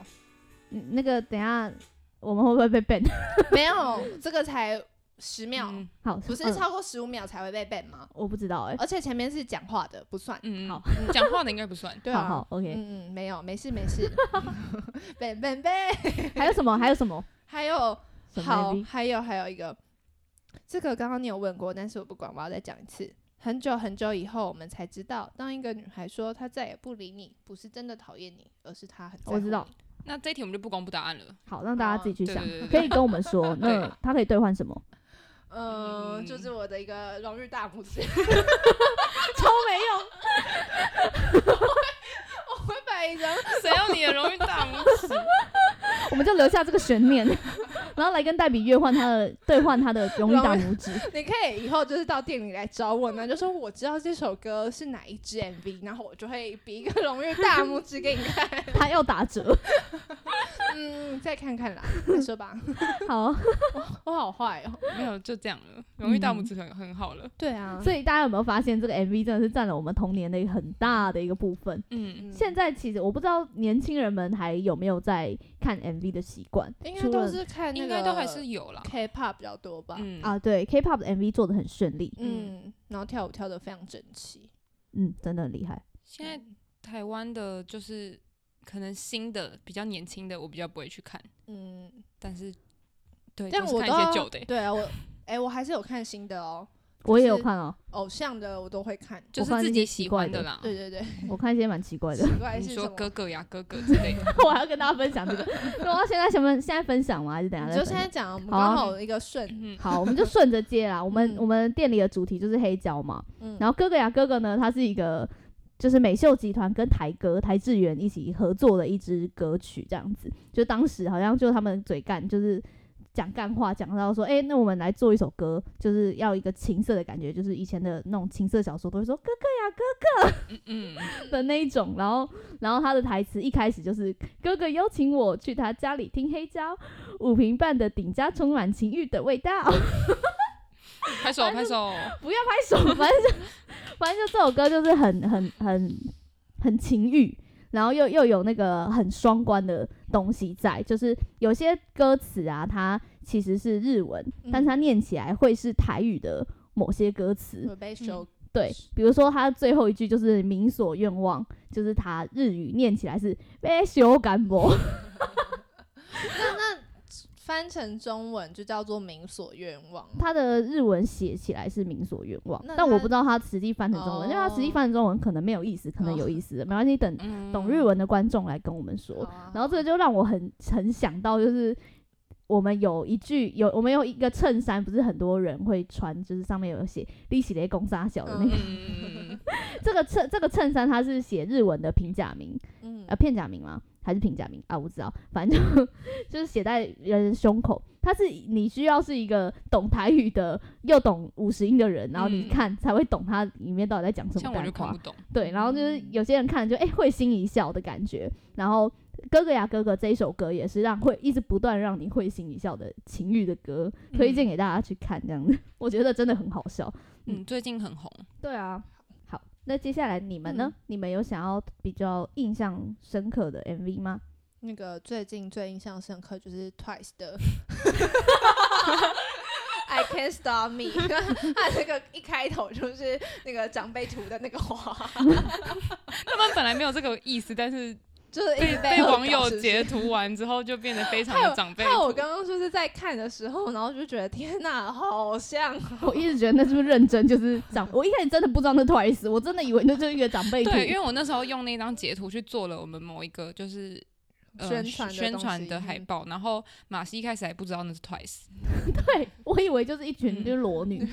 Speaker 3: 嗯那个等一下我们会不会被 ban？
Speaker 1: <laughs> 没有，这个才十秒，
Speaker 2: 嗯
Speaker 3: 好，
Speaker 1: 不是
Speaker 3: 嗯
Speaker 1: 超过十五秒才会被 ban 吗？
Speaker 3: 我不知道哎，
Speaker 1: 而且前面是讲话的，不算。
Speaker 2: 嗯，
Speaker 3: 好
Speaker 2: 嗯，讲话的应该不算，
Speaker 1: 对
Speaker 3: 好
Speaker 1: 啊，
Speaker 3: 好 OK，
Speaker 1: 嗯嗯，没有，没事没
Speaker 3: <laughs>
Speaker 1: 事。笨笨笨，
Speaker 3: 还有什么？还有什么？
Speaker 1: 还有
Speaker 3: 什么
Speaker 1: 好，
Speaker 3: MV
Speaker 1: 还有还有一个，这个刚刚你有问过，但是我不管，我要再讲一次。很久很久以后，我们才知道，当一个女孩说她再也不理你，不是真的讨厌你，而是她很在乎
Speaker 3: 我知道
Speaker 1: 你。
Speaker 2: 那这一题我们就不公布答案了，
Speaker 3: 好，让大家自己去
Speaker 2: 对
Speaker 3: 想
Speaker 2: 对对，对
Speaker 3: 可以跟我们说，那他可以兑换什么？
Speaker 1: 嗯，
Speaker 2: 嗯
Speaker 1: 就是我的一个荣誉大拇
Speaker 2: <laughs>
Speaker 1: <laughs> 指，
Speaker 3: 超
Speaker 1: <laughs>
Speaker 3: 没用，
Speaker 1: 我会摆一张
Speaker 2: 谁要你的荣誉大拇指？
Speaker 3: 我们就留下这个悬念。然后来跟黛比兑换他的兑换他的荣誉大拇指。
Speaker 1: 你可以以后就是到店里来找我呢，就说我知道这首歌是哪一支 MV，然后我就会比一个荣誉大拇指给你看。
Speaker 3: 他要打折，
Speaker 1: 嗯，再看看啦，再说吧。 <laughs>
Speaker 3: 好，
Speaker 1: 我好坏哦。
Speaker 2: 没有就这样了，荣誉大拇指很很好了。
Speaker 1: 对啊，
Speaker 3: 所以大家有没有发现这个 MV 真的是占了我们童年的一个很大的一个部分？
Speaker 2: 嗯，
Speaker 3: 现在其实我不知道年轻人们还有没有在看 MV 的习惯，
Speaker 1: 应该
Speaker 3: 除
Speaker 1: 都
Speaker 3: 了
Speaker 1: 是看那
Speaker 2: 应
Speaker 1: 个，
Speaker 2: 该都还是有啦。
Speaker 1: K-pop 比较多吧。
Speaker 2: 嗯
Speaker 3: 啊，对 K-pop 的 MV 做的很顺利，
Speaker 1: 嗯，然后跳舞跳得非常整齐。
Speaker 3: 嗯，真的很厉害。
Speaker 2: 现在台湾的就是可能新的比较年轻的，我比较不会去看，
Speaker 1: 嗯，
Speaker 2: 但是对，
Speaker 1: 但
Speaker 2: 都是
Speaker 1: 我
Speaker 2: 看
Speaker 1: 都
Speaker 2: 一些
Speaker 1: 要
Speaker 2: 旧的欸、
Speaker 1: 对啊，我哎、我还是有看新的哦，
Speaker 3: 我也有
Speaker 1: 是
Speaker 3: 看
Speaker 1: <laughs>
Speaker 3: 哦，
Speaker 1: 偶像的我都会看。
Speaker 2: 就
Speaker 3: 我
Speaker 2: 是
Speaker 3: 看
Speaker 2: 自
Speaker 3: 一
Speaker 2: 己
Speaker 3: 些
Speaker 2: 喜
Speaker 3: 奇怪
Speaker 2: 欢的
Speaker 3: 的
Speaker 2: 啦。
Speaker 1: 对对对，
Speaker 3: 我看一些蛮奇
Speaker 1: <laughs>
Speaker 3: 怪的。
Speaker 1: 奇怪
Speaker 2: 你
Speaker 1: 是
Speaker 2: 说
Speaker 1: 什么
Speaker 2: 哥？哥呀，哥哥之类的，
Speaker 3: 我还要跟大家分享这个， <laughs> 那我要现在想分现在分享吗？还是等一下
Speaker 1: 你
Speaker 3: 再
Speaker 1: 就
Speaker 3: 分
Speaker 1: 现
Speaker 3: 享？
Speaker 1: 在讲，哦我们
Speaker 3: 好啊
Speaker 1: 刚好有一个顺，
Speaker 2: 嗯，
Speaker 3: 好，我们就顺着接啦。我们、
Speaker 1: 嗯
Speaker 3: 我们店里的主题就是黑胶嘛，
Speaker 1: 嗯，
Speaker 3: 然后哥哥呀哥哥呢，它是一个就是美秀集团跟台歌台志远一起合作的一支歌曲，这样子。就当时好像就他们嘴干，就是讲干话，讲到说，哎、那我们来做一首歌，就是要一个情色的感觉，就是以前的那种情色小说都会说哥
Speaker 2: 嗯，
Speaker 3: 哥的那一种。然后然后他的台词一开始就是哥哥邀请我去他家里听黑胶，五平半的顶家充满情欲的味道。
Speaker 2: 拍手拍手，
Speaker 3: 不要拍手，反正就反正就这首歌就是很很很很情欲，然后又又有那个很双关的东西在，就是有些歌词啊，它其实是日文，
Speaker 1: 嗯
Speaker 3: 但是它念起来会是台语的某些歌词。
Speaker 1: 我被收，
Speaker 3: 对，比如说它最后一句就是“民所愿望”，就是它日语念起来是“被修感魔
Speaker 1: 翻成中文就叫做《民所愿望》”，
Speaker 3: 它的日文写起来是“民所愿望
Speaker 1: 那”，它
Speaker 3: 但我不知道它实际翻成中文，因为它实际
Speaker 1: 哦
Speaker 3: 翻成中文可能没有意思，可能有意思的，没关系，等
Speaker 2: 嗯，
Speaker 3: 懂日文的观众来跟我们
Speaker 1: 好
Speaker 3: 说。
Speaker 1: 啊。
Speaker 3: 然后这个就让我很很想到，就是我们有一句有我们有一个衬衫，不是很多人会穿，就是上面有写“利息雷公沙小”的那个。 <laughs>
Speaker 2: 嗯，嗯，嗯嗯
Speaker 3: 这个衬这个衬衫它是写日文的平假名，
Speaker 1: 嗯
Speaker 3: 呃，片假名吗？还是平假名啊？我不知道，反正就 <laughs> 就是写在人胸口。它是你需要是一个懂台语的又懂五十音的人，然后你
Speaker 2: 嗯
Speaker 3: 看才会懂它里面到底在讲
Speaker 2: 嗯
Speaker 3: 什么
Speaker 2: 像
Speaker 3: 干
Speaker 2: 我就看
Speaker 3: 话
Speaker 2: 不。懂，
Speaker 3: 对，然后就是
Speaker 1: 嗯
Speaker 3: 有些人看了就哎、会心一笑的感觉，然后《哥哥呀哥哥》这一首歌也是让会一直不断让你会心一笑的情欲的歌，推荐给大家去看这样子， <laughs> 我觉得真的很好笑。
Speaker 2: 嗯，最近很红，
Speaker 3: 对啊，好，那接下来你们呢？
Speaker 1: 嗯
Speaker 3: 你们有想要比较印象深刻的
Speaker 2: <laughs>
Speaker 3: MV 吗？
Speaker 1: 那个最近最印象深刻就是 Twice
Speaker 2: <laughs>
Speaker 1: 的 <laughs> I Can't Stop Me，他 <laughs> 那个一开头就是那个长辈图的那个花，
Speaker 2: 他们本来没有这个意思，
Speaker 1: <laughs>
Speaker 2: 但是
Speaker 1: 就是一
Speaker 2: 被
Speaker 1: 直
Speaker 2: 被
Speaker 1: 恶搞
Speaker 2: 网友
Speaker 1: 是不是
Speaker 2: 截图完之后，就变得非常
Speaker 1: 还
Speaker 2: 的
Speaker 1: 有
Speaker 2: 长辈
Speaker 1: 还有我
Speaker 2: 图。
Speaker 1: 刚刚就是在看的时候，然后就觉得天哪， <laughs> 好像哦
Speaker 3: 我一直觉得那是不是认真就是长，我一开始真的不知道那 Twice，我真的以为那就是一个长辈图。
Speaker 2: 对，因为我那时候用那张截图去做了我们某一个就是。呃
Speaker 1: 宣传的
Speaker 2: 宣
Speaker 1: 东
Speaker 2: 传
Speaker 1: 西
Speaker 2: 的海
Speaker 1: 嗯
Speaker 2: 报，然后马西一开始还不知道那是
Speaker 1: <laughs>
Speaker 2: Twice，
Speaker 3: <laughs> 对我以为就是一群就是裸女，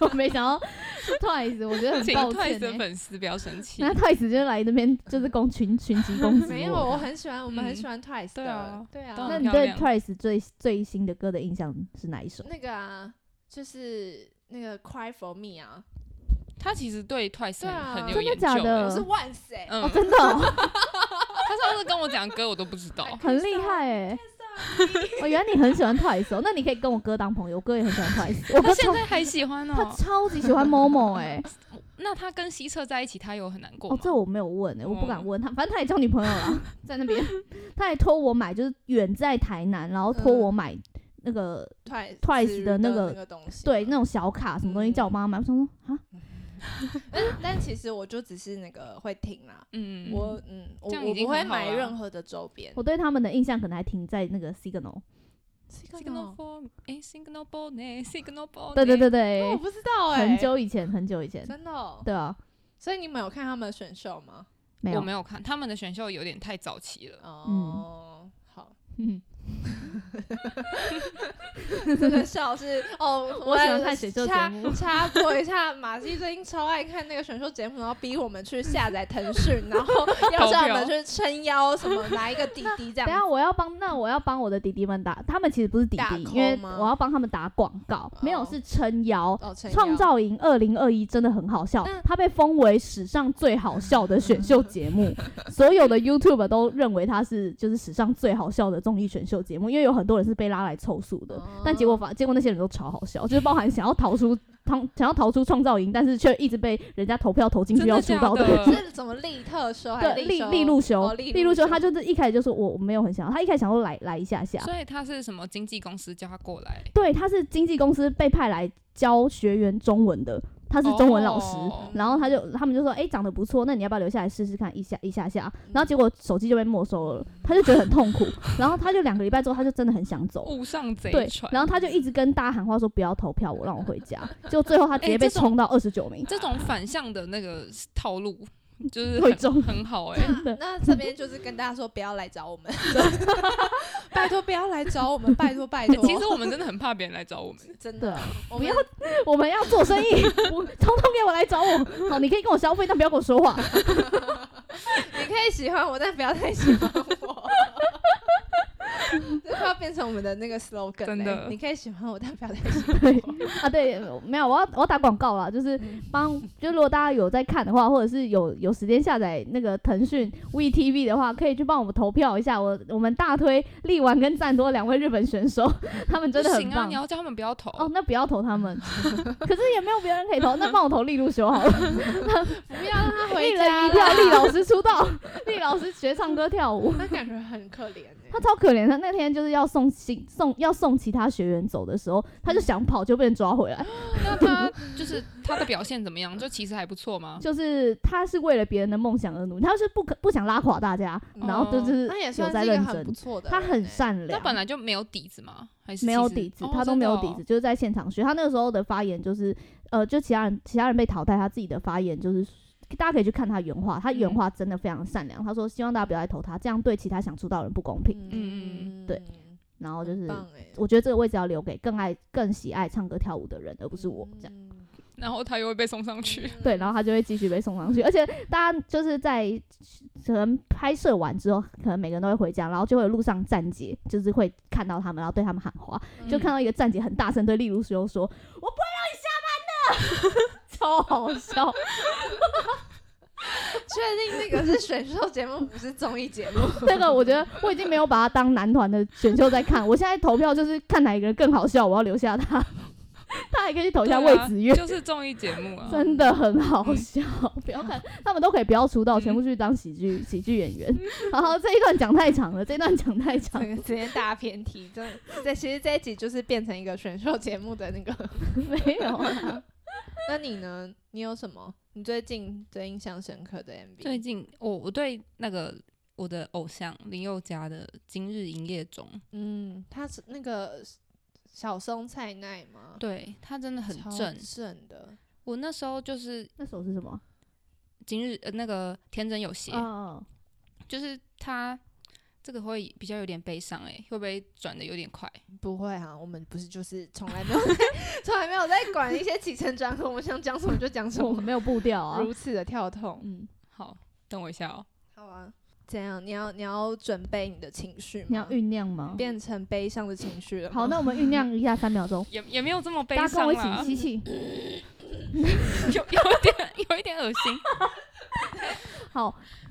Speaker 3: 我没想到是 Twice，我觉得很
Speaker 2: 嗯请
Speaker 3: 抱歉、
Speaker 2: Twice
Speaker 3: 欸
Speaker 2: 的。粉丝不要生气。 <laughs>
Speaker 3: 那 Twice 就来这边就是攻群群集攻击
Speaker 1: 没有，我很喜欢，我们很喜欢 Twice
Speaker 2: 对啊
Speaker 1: 的，对啊
Speaker 2: 当
Speaker 3: 那
Speaker 2: 然，
Speaker 3: 你对
Speaker 2: 啊很漂
Speaker 3: Twice 最最新的歌的印象是哪一首？
Speaker 1: 那个啊，就是那个 Cry for Me 啊，
Speaker 2: 他其实对 Twice
Speaker 1: 对啊
Speaker 2: 很很有
Speaker 3: 真的
Speaker 2: 研究
Speaker 3: 假的
Speaker 2: 欸。
Speaker 1: 我是万谁？
Speaker 2: 嗯
Speaker 3: 哦，，真的哦、。
Speaker 2: <laughs> 他上次跟我讲歌，我都不知道
Speaker 3: 很厉害哎、我原来你很喜欢 Twice 哦，那你可以跟我哥当朋友，我哥也
Speaker 2: <laughs>
Speaker 3: 很喜欢 Twice，我
Speaker 2: 他
Speaker 3: 哥
Speaker 2: 现
Speaker 3: 超
Speaker 2: 在还喜欢
Speaker 3: 他
Speaker 2: 哦。
Speaker 3: 超级喜欢 Momo
Speaker 2: <laughs>
Speaker 3: 哎、
Speaker 2: 那他跟西澈在一起，他有很难过
Speaker 3: 哦
Speaker 2: 吗？
Speaker 3: 这我没有问哎、我不敢
Speaker 2: 哦
Speaker 3: 问他，反正他也交女朋友了，在
Speaker 2: <laughs>
Speaker 3: 那边，他还托我买，就是远在台南，然后
Speaker 2: 嗯
Speaker 3: 托我买那个
Speaker 1: Twice
Speaker 3: Twice
Speaker 1: 的
Speaker 3: 的那
Speaker 1: 那
Speaker 3: 个
Speaker 1: 个东西，
Speaker 3: 对，那种小卡什么东西
Speaker 1: 嗯
Speaker 3: 叫我妈妈买，我想说啊，
Speaker 1: 但但其实我就只是那个会听啦，
Speaker 2: 嗯，
Speaker 1: 我嗯，我
Speaker 2: 这样
Speaker 1: 我
Speaker 2: 已经
Speaker 1: 不会
Speaker 2: 很好
Speaker 1: 买
Speaker 2: 了
Speaker 1: 任何的周边
Speaker 3: 我。对他们的印象可能还停在那个 Signal。
Speaker 2: 哦
Speaker 1: 哦
Speaker 2: Signal for 哎 Signal b o n e <laughs> Signal b o n e
Speaker 3: 对对对
Speaker 1: 哦我
Speaker 3: 对，
Speaker 1: 不知道哎，
Speaker 3: 很久以前，很久以前，
Speaker 1: 真的哦。
Speaker 3: 对啊，
Speaker 1: 所以你们有看他们的选秀吗？
Speaker 3: 没
Speaker 2: 我
Speaker 3: 有，
Speaker 2: 没有看他们的选秀，有点太早期了。
Speaker 1: 哦，好，
Speaker 3: 嗯，
Speaker 1: 这个 <laughs> 笑是哦，
Speaker 3: 我喜欢看选秀节
Speaker 1: 插
Speaker 3: 目
Speaker 1: 插播一下，马季最近超爱看那个选秀节目，然后逼我们去下载腾讯，然后要让我们去撑腰什么，拿一个滴滴这
Speaker 3: 等
Speaker 1: 样。
Speaker 3: 一下我要帮，那我要帮我的弟弟们打，他们其实不是弟
Speaker 1: 打
Speaker 3: 弟，因
Speaker 1: call
Speaker 3: 为
Speaker 1: 吗
Speaker 3: 我要帮他们打广告，没有
Speaker 1: 哦
Speaker 3: 是撑腰。
Speaker 1: 哦，撑腰
Speaker 3: 创造营二零二一真的很好笑
Speaker 1: 那，
Speaker 3: 它被封为史上最好笑的选秀节目，所有的 YouTube 都认为它是就是史上最好笑的综艺选秀节目，因为有很多人是被拉来凑数的，但结果发结果那些人都超好笑，就是包含想要逃出 <laughs> 逃想要逃出创造营，但是却一直被人家投票投进去
Speaker 2: 真的
Speaker 3: 要出
Speaker 2: 假
Speaker 3: 道的人
Speaker 2: 的
Speaker 1: 是怎么利特修还
Speaker 3: 对，
Speaker 1: 是
Speaker 3: 利
Speaker 1: 修
Speaker 3: 利路修
Speaker 1: 哦，利
Speaker 3: 路修，
Speaker 1: 修
Speaker 3: 他就是一开始就说我我没有很想要，他一开始想说来来一下下，
Speaker 2: 所以他是什么经纪公司叫他过来？
Speaker 3: 对，他是经纪公司被派来教学员中文的，他是中文老师。
Speaker 2: 哦
Speaker 3: 然后他就，他们就说，哎、长得不错，那你要不要留下来试试看一下一下下？
Speaker 2: 嗯
Speaker 3: 然后结果手机就被没收了，他就觉得很痛苦。然后他就两个礼拜之后，他就真的很想走，
Speaker 2: 误上贼
Speaker 3: 对。
Speaker 2: 船。
Speaker 3: 然后他就一直跟大家喊话说，不要投票我，让我回家。就最后他直接
Speaker 2: 诶
Speaker 3: 被
Speaker 2: 哎这种
Speaker 3: 冲到二十九名，
Speaker 2: 这种反向的那个套
Speaker 3: <laughs>
Speaker 2: 路，就是
Speaker 3: 会
Speaker 2: 很
Speaker 3: 中
Speaker 2: 很好
Speaker 3: <laughs>
Speaker 2: 哎、
Speaker 1: 那那这边就是跟大家说，不要来找我们， <laughs> 拜托不要来找我们，拜托
Speaker 3: <laughs>
Speaker 1: 拜托。
Speaker 2: 其实我们真的很怕别人来找我们，
Speaker 1: 真
Speaker 3: 对
Speaker 1: 的
Speaker 3: 啊，
Speaker 1: 我
Speaker 3: 不
Speaker 1: 们
Speaker 3: 要我们要做生意，我通通给我来找我。好，你可以跟我消费，但不要跟我说话。 <laughs>
Speaker 1: 你可以喜欢我，但不要太喜欢我。这快要变成我们的那个 slogan
Speaker 2: 真
Speaker 1: 嘞
Speaker 2: 的
Speaker 1: 你可以喜欢我，但不要太喜
Speaker 3: <laughs>
Speaker 1: 欢
Speaker 3: 对啊，对，没有，我要我要打广告啦，就是帮，就如果大家有在看的话，或者是有有时间下载那个腾讯 VTV 的话，可以去帮我们投票一下。我我们大推力丸跟赞多两位日本选手， <laughs> 他们真的
Speaker 2: 不
Speaker 3: 很
Speaker 2: 行啊！
Speaker 3: 棒
Speaker 2: 你。要叫他们不要投，
Speaker 3: 哦，那不要投他们， <laughs> 可是也没有别人可以投，那帮我投力路修好了，
Speaker 1: 我，不要让他
Speaker 3: 一 <laughs>
Speaker 1: 回
Speaker 3: 人
Speaker 1: 家
Speaker 3: 一票，
Speaker 1: 啦
Speaker 3: 力老师出道， <laughs> 力老师学唱歌跳舞。
Speaker 1: 那感觉很可怜哎、
Speaker 3: 他超可怜，他那天就是要送新送要送其他学员走的时候，他就想跑就被人抓回来，
Speaker 2: 那他就是他的表现怎么
Speaker 3: <laughs>
Speaker 2: 样？就其实还不错吗？
Speaker 3: 就是他是为了别人的梦想而努力，他是不可不想拉垮大家，
Speaker 1: 嗯
Speaker 3: 然后就是
Speaker 1: 那也
Speaker 3: 有
Speaker 1: 算
Speaker 3: 在
Speaker 1: 是一个
Speaker 3: 认
Speaker 1: 很
Speaker 3: 真
Speaker 1: 不，错的人
Speaker 3: 他
Speaker 1: 欸、
Speaker 3: 很善
Speaker 2: 那
Speaker 3: 良，
Speaker 2: 本来就没有底子吗？还是
Speaker 3: 没有
Speaker 2: 其实
Speaker 3: 底子
Speaker 2: 哦，
Speaker 3: 他都没有
Speaker 2: 真的
Speaker 3: 底
Speaker 2: 哦
Speaker 3: 子，就是在现场学。他那个时候的发言就是，呃，就其他人其他人被淘汰，他自己的发言就是。大家可以去看他原话，他原
Speaker 2: 嗯
Speaker 3: 话真的非常善良。他说：“希望大家不要来投他，这样对其他想出道的人不公平。
Speaker 2: 嗯
Speaker 3: 对，然后就是
Speaker 1: 很棒哎、
Speaker 3: 我觉得这个位置要留给更爱、更喜爱唱歌跳舞的人，而不是我
Speaker 2: 嗯
Speaker 3: 这样。
Speaker 1: 样。
Speaker 2: 然后他又会被送上去。
Speaker 3: 对，然后他就会继续被送
Speaker 2: <laughs>
Speaker 3: 上去，而且大家就是在可能拍摄完之后，可能每个人都会回家，然后就会有路上站姐，就是会看到他们，然后对他们喊话，
Speaker 2: 嗯
Speaker 3: 就看到一个站姐很大声对例如修说：“我
Speaker 2: <laughs>
Speaker 3: 不会让你下班的。” <laughs> 超好笑，
Speaker 1: 确定那个是选秀节目，不是综艺节目。
Speaker 3: 这个我觉得我已经没有把他当男团的选秀在看，我现在投票就是看哪一个人更好笑，我要留
Speaker 2: <laughs>
Speaker 3: 下他，他还可以去投一
Speaker 2: 对
Speaker 3: 下
Speaker 2: 啊
Speaker 3: 魏子越。
Speaker 2: 就是综艺节目啊，
Speaker 3: 真的很好笑，
Speaker 2: 嗯
Speaker 3: <laughs> 不要看，他们都可以不要出道，全部去当喜剧喜剧演员。 <laughs> 然后这一段讲太长了，这一段讲太长
Speaker 1: 整，个直接大偏题，真的。这其实这一集就是变成一个选秀节目的那个。
Speaker 3: <laughs> 没有啊。
Speaker 1: 那你呢？你有什么？你最近最印象深刻的 MV？
Speaker 2: 最近我我对那个我的偶像林宥嘉的《今日营业中》，
Speaker 1: 嗯，他是那个小松菜奈吗？，
Speaker 2: 对他真的很正。
Speaker 1: 正的。
Speaker 2: 我那时候就是
Speaker 3: 那首是什么？
Speaker 2: 今日、呃、那个天真有邪，
Speaker 3: 哦，
Speaker 2: 就是他这个会比较有点悲伤哎、会不会转的有点快？
Speaker 1: 不会啊，我们不是就是从来没有在 <laughs> 从来没有在管一些起承转合，我们想讲什么就讲什
Speaker 3: 我
Speaker 1: 么，
Speaker 3: 没有步调啊。
Speaker 1: 如此的跳痛。
Speaker 3: 嗯，
Speaker 2: 好，等我一下哦、
Speaker 1: 好啊，怎样？你要你要准备你的情绪吗？
Speaker 3: 你要酝酿吗？
Speaker 2: 嗯
Speaker 1: 变成悲伤的情绪了吗。
Speaker 3: 好，那我们酝酿一下三秒钟，
Speaker 2: 也也没有这么悲
Speaker 3: 大家跟
Speaker 2: 伤啊啦
Speaker 3: 我一，起吸气。
Speaker 2: 有有一点有一点恶心。
Speaker 3: 好，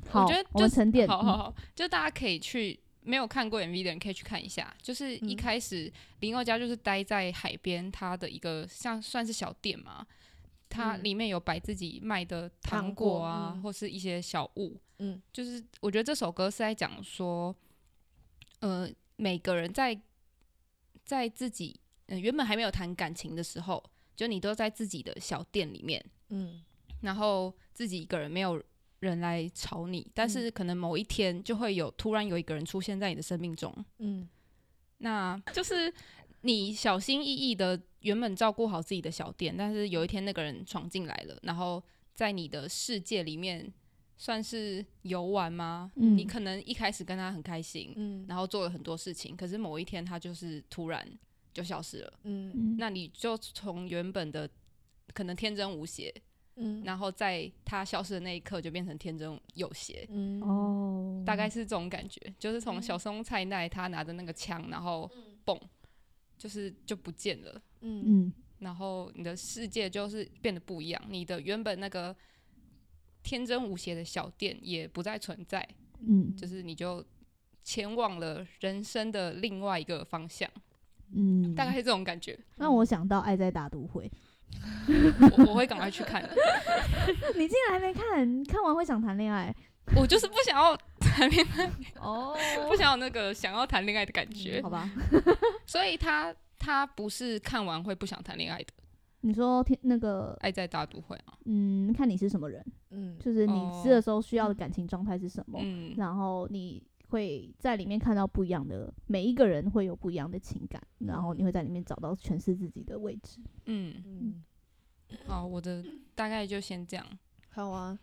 Speaker 3: 好，
Speaker 2: 我觉得
Speaker 3: 我们
Speaker 2: 就是
Speaker 3: 沉淀。
Speaker 2: 好好
Speaker 3: 嗯
Speaker 2: 好，就大家可以去没有看过 MV 的人可以去看一下。就是一
Speaker 1: 嗯
Speaker 2: 开始林宥嘉就是待在海边，他的一个像算是小店嘛，它
Speaker 1: 嗯
Speaker 2: 里面有摆自己卖的
Speaker 1: 糖
Speaker 2: 糖果
Speaker 1: 果
Speaker 2: 啊，
Speaker 1: 嗯
Speaker 2: 或是一些小物。
Speaker 1: 嗯，
Speaker 2: 就是我觉得这首歌是在讲说，呃，每个人在在自己、呃、原本还没有谈感情的时候，就你都在自己的小店里面，
Speaker 1: 嗯
Speaker 2: 然后自己一个人没有人来吵你，但是可能某一天就会有突然有一个人出现在你的生命中，
Speaker 1: 嗯
Speaker 2: 那就是你小心翼翼的原本照顾好自己的小店，但是有一天那个人闯进来了，然后在你的世界里面算是游玩吗？
Speaker 3: 嗯
Speaker 2: 你可能一开始跟他很开心，
Speaker 1: 嗯
Speaker 2: 然后做了很多事情，可是某一天他就是突然就消失了，
Speaker 1: 嗯
Speaker 3: 嗯
Speaker 2: 那你就从原本的可能天真无邪，
Speaker 1: 嗯
Speaker 2: 然后在他消失的那一刻就变成天真有邪，
Speaker 1: 嗯
Speaker 3: 哦，
Speaker 2: 大概是这种感觉，就是从
Speaker 3: 嗯
Speaker 2: 小松菜奈他拿着那个枪，然后蹦，就是就不见了。
Speaker 1: 嗯
Speaker 3: 嗯
Speaker 2: 然后你的世界就是变得不一样，你的原本那个天真无邪的小店也不再存在，
Speaker 3: 嗯
Speaker 2: 就是你就前往了人生的另外一个方向，
Speaker 3: 嗯，
Speaker 2: 大概是这种感觉。
Speaker 3: <laughs> 让我想到《爱在大都会》 <laughs>
Speaker 2: 我我会赶快去看的，
Speaker 3: 你竟然还没看，看完会想谈恋爱
Speaker 2: 我就是不想要谈恋爱，
Speaker 3: 哦？
Speaker 2: <laughs>
Speaker 3: 嗯
Speaker 2: 不想要那个想要谈恋爱的感觉
Speaker 3: 好，吧，
Speaker 2: 所以他他不是看完会不想谈恋爱的，
Speaker 3: 你说天那个
Speaker 2: 爱在大都会啊，
Speaker 3: 嗯，看你是什么人，
Speaker 1: 嗯
Speaker 3: 就是你
Speaker 2: 哦
Speaker 3: 吃的时候需要的感情状态是什么，
Speaker 2: 嗯，
Speaker 3: 然后你会在里面看到不一样的，每一个人会有不一样的情感，然后你会在里面找到诠释自己的位置。
Speaker 2: 嗯，
Speaker 1: 嗯，
Speaker 2: 好，我的大概就先这 <laughs> 样。
Speaker 1: 好啊，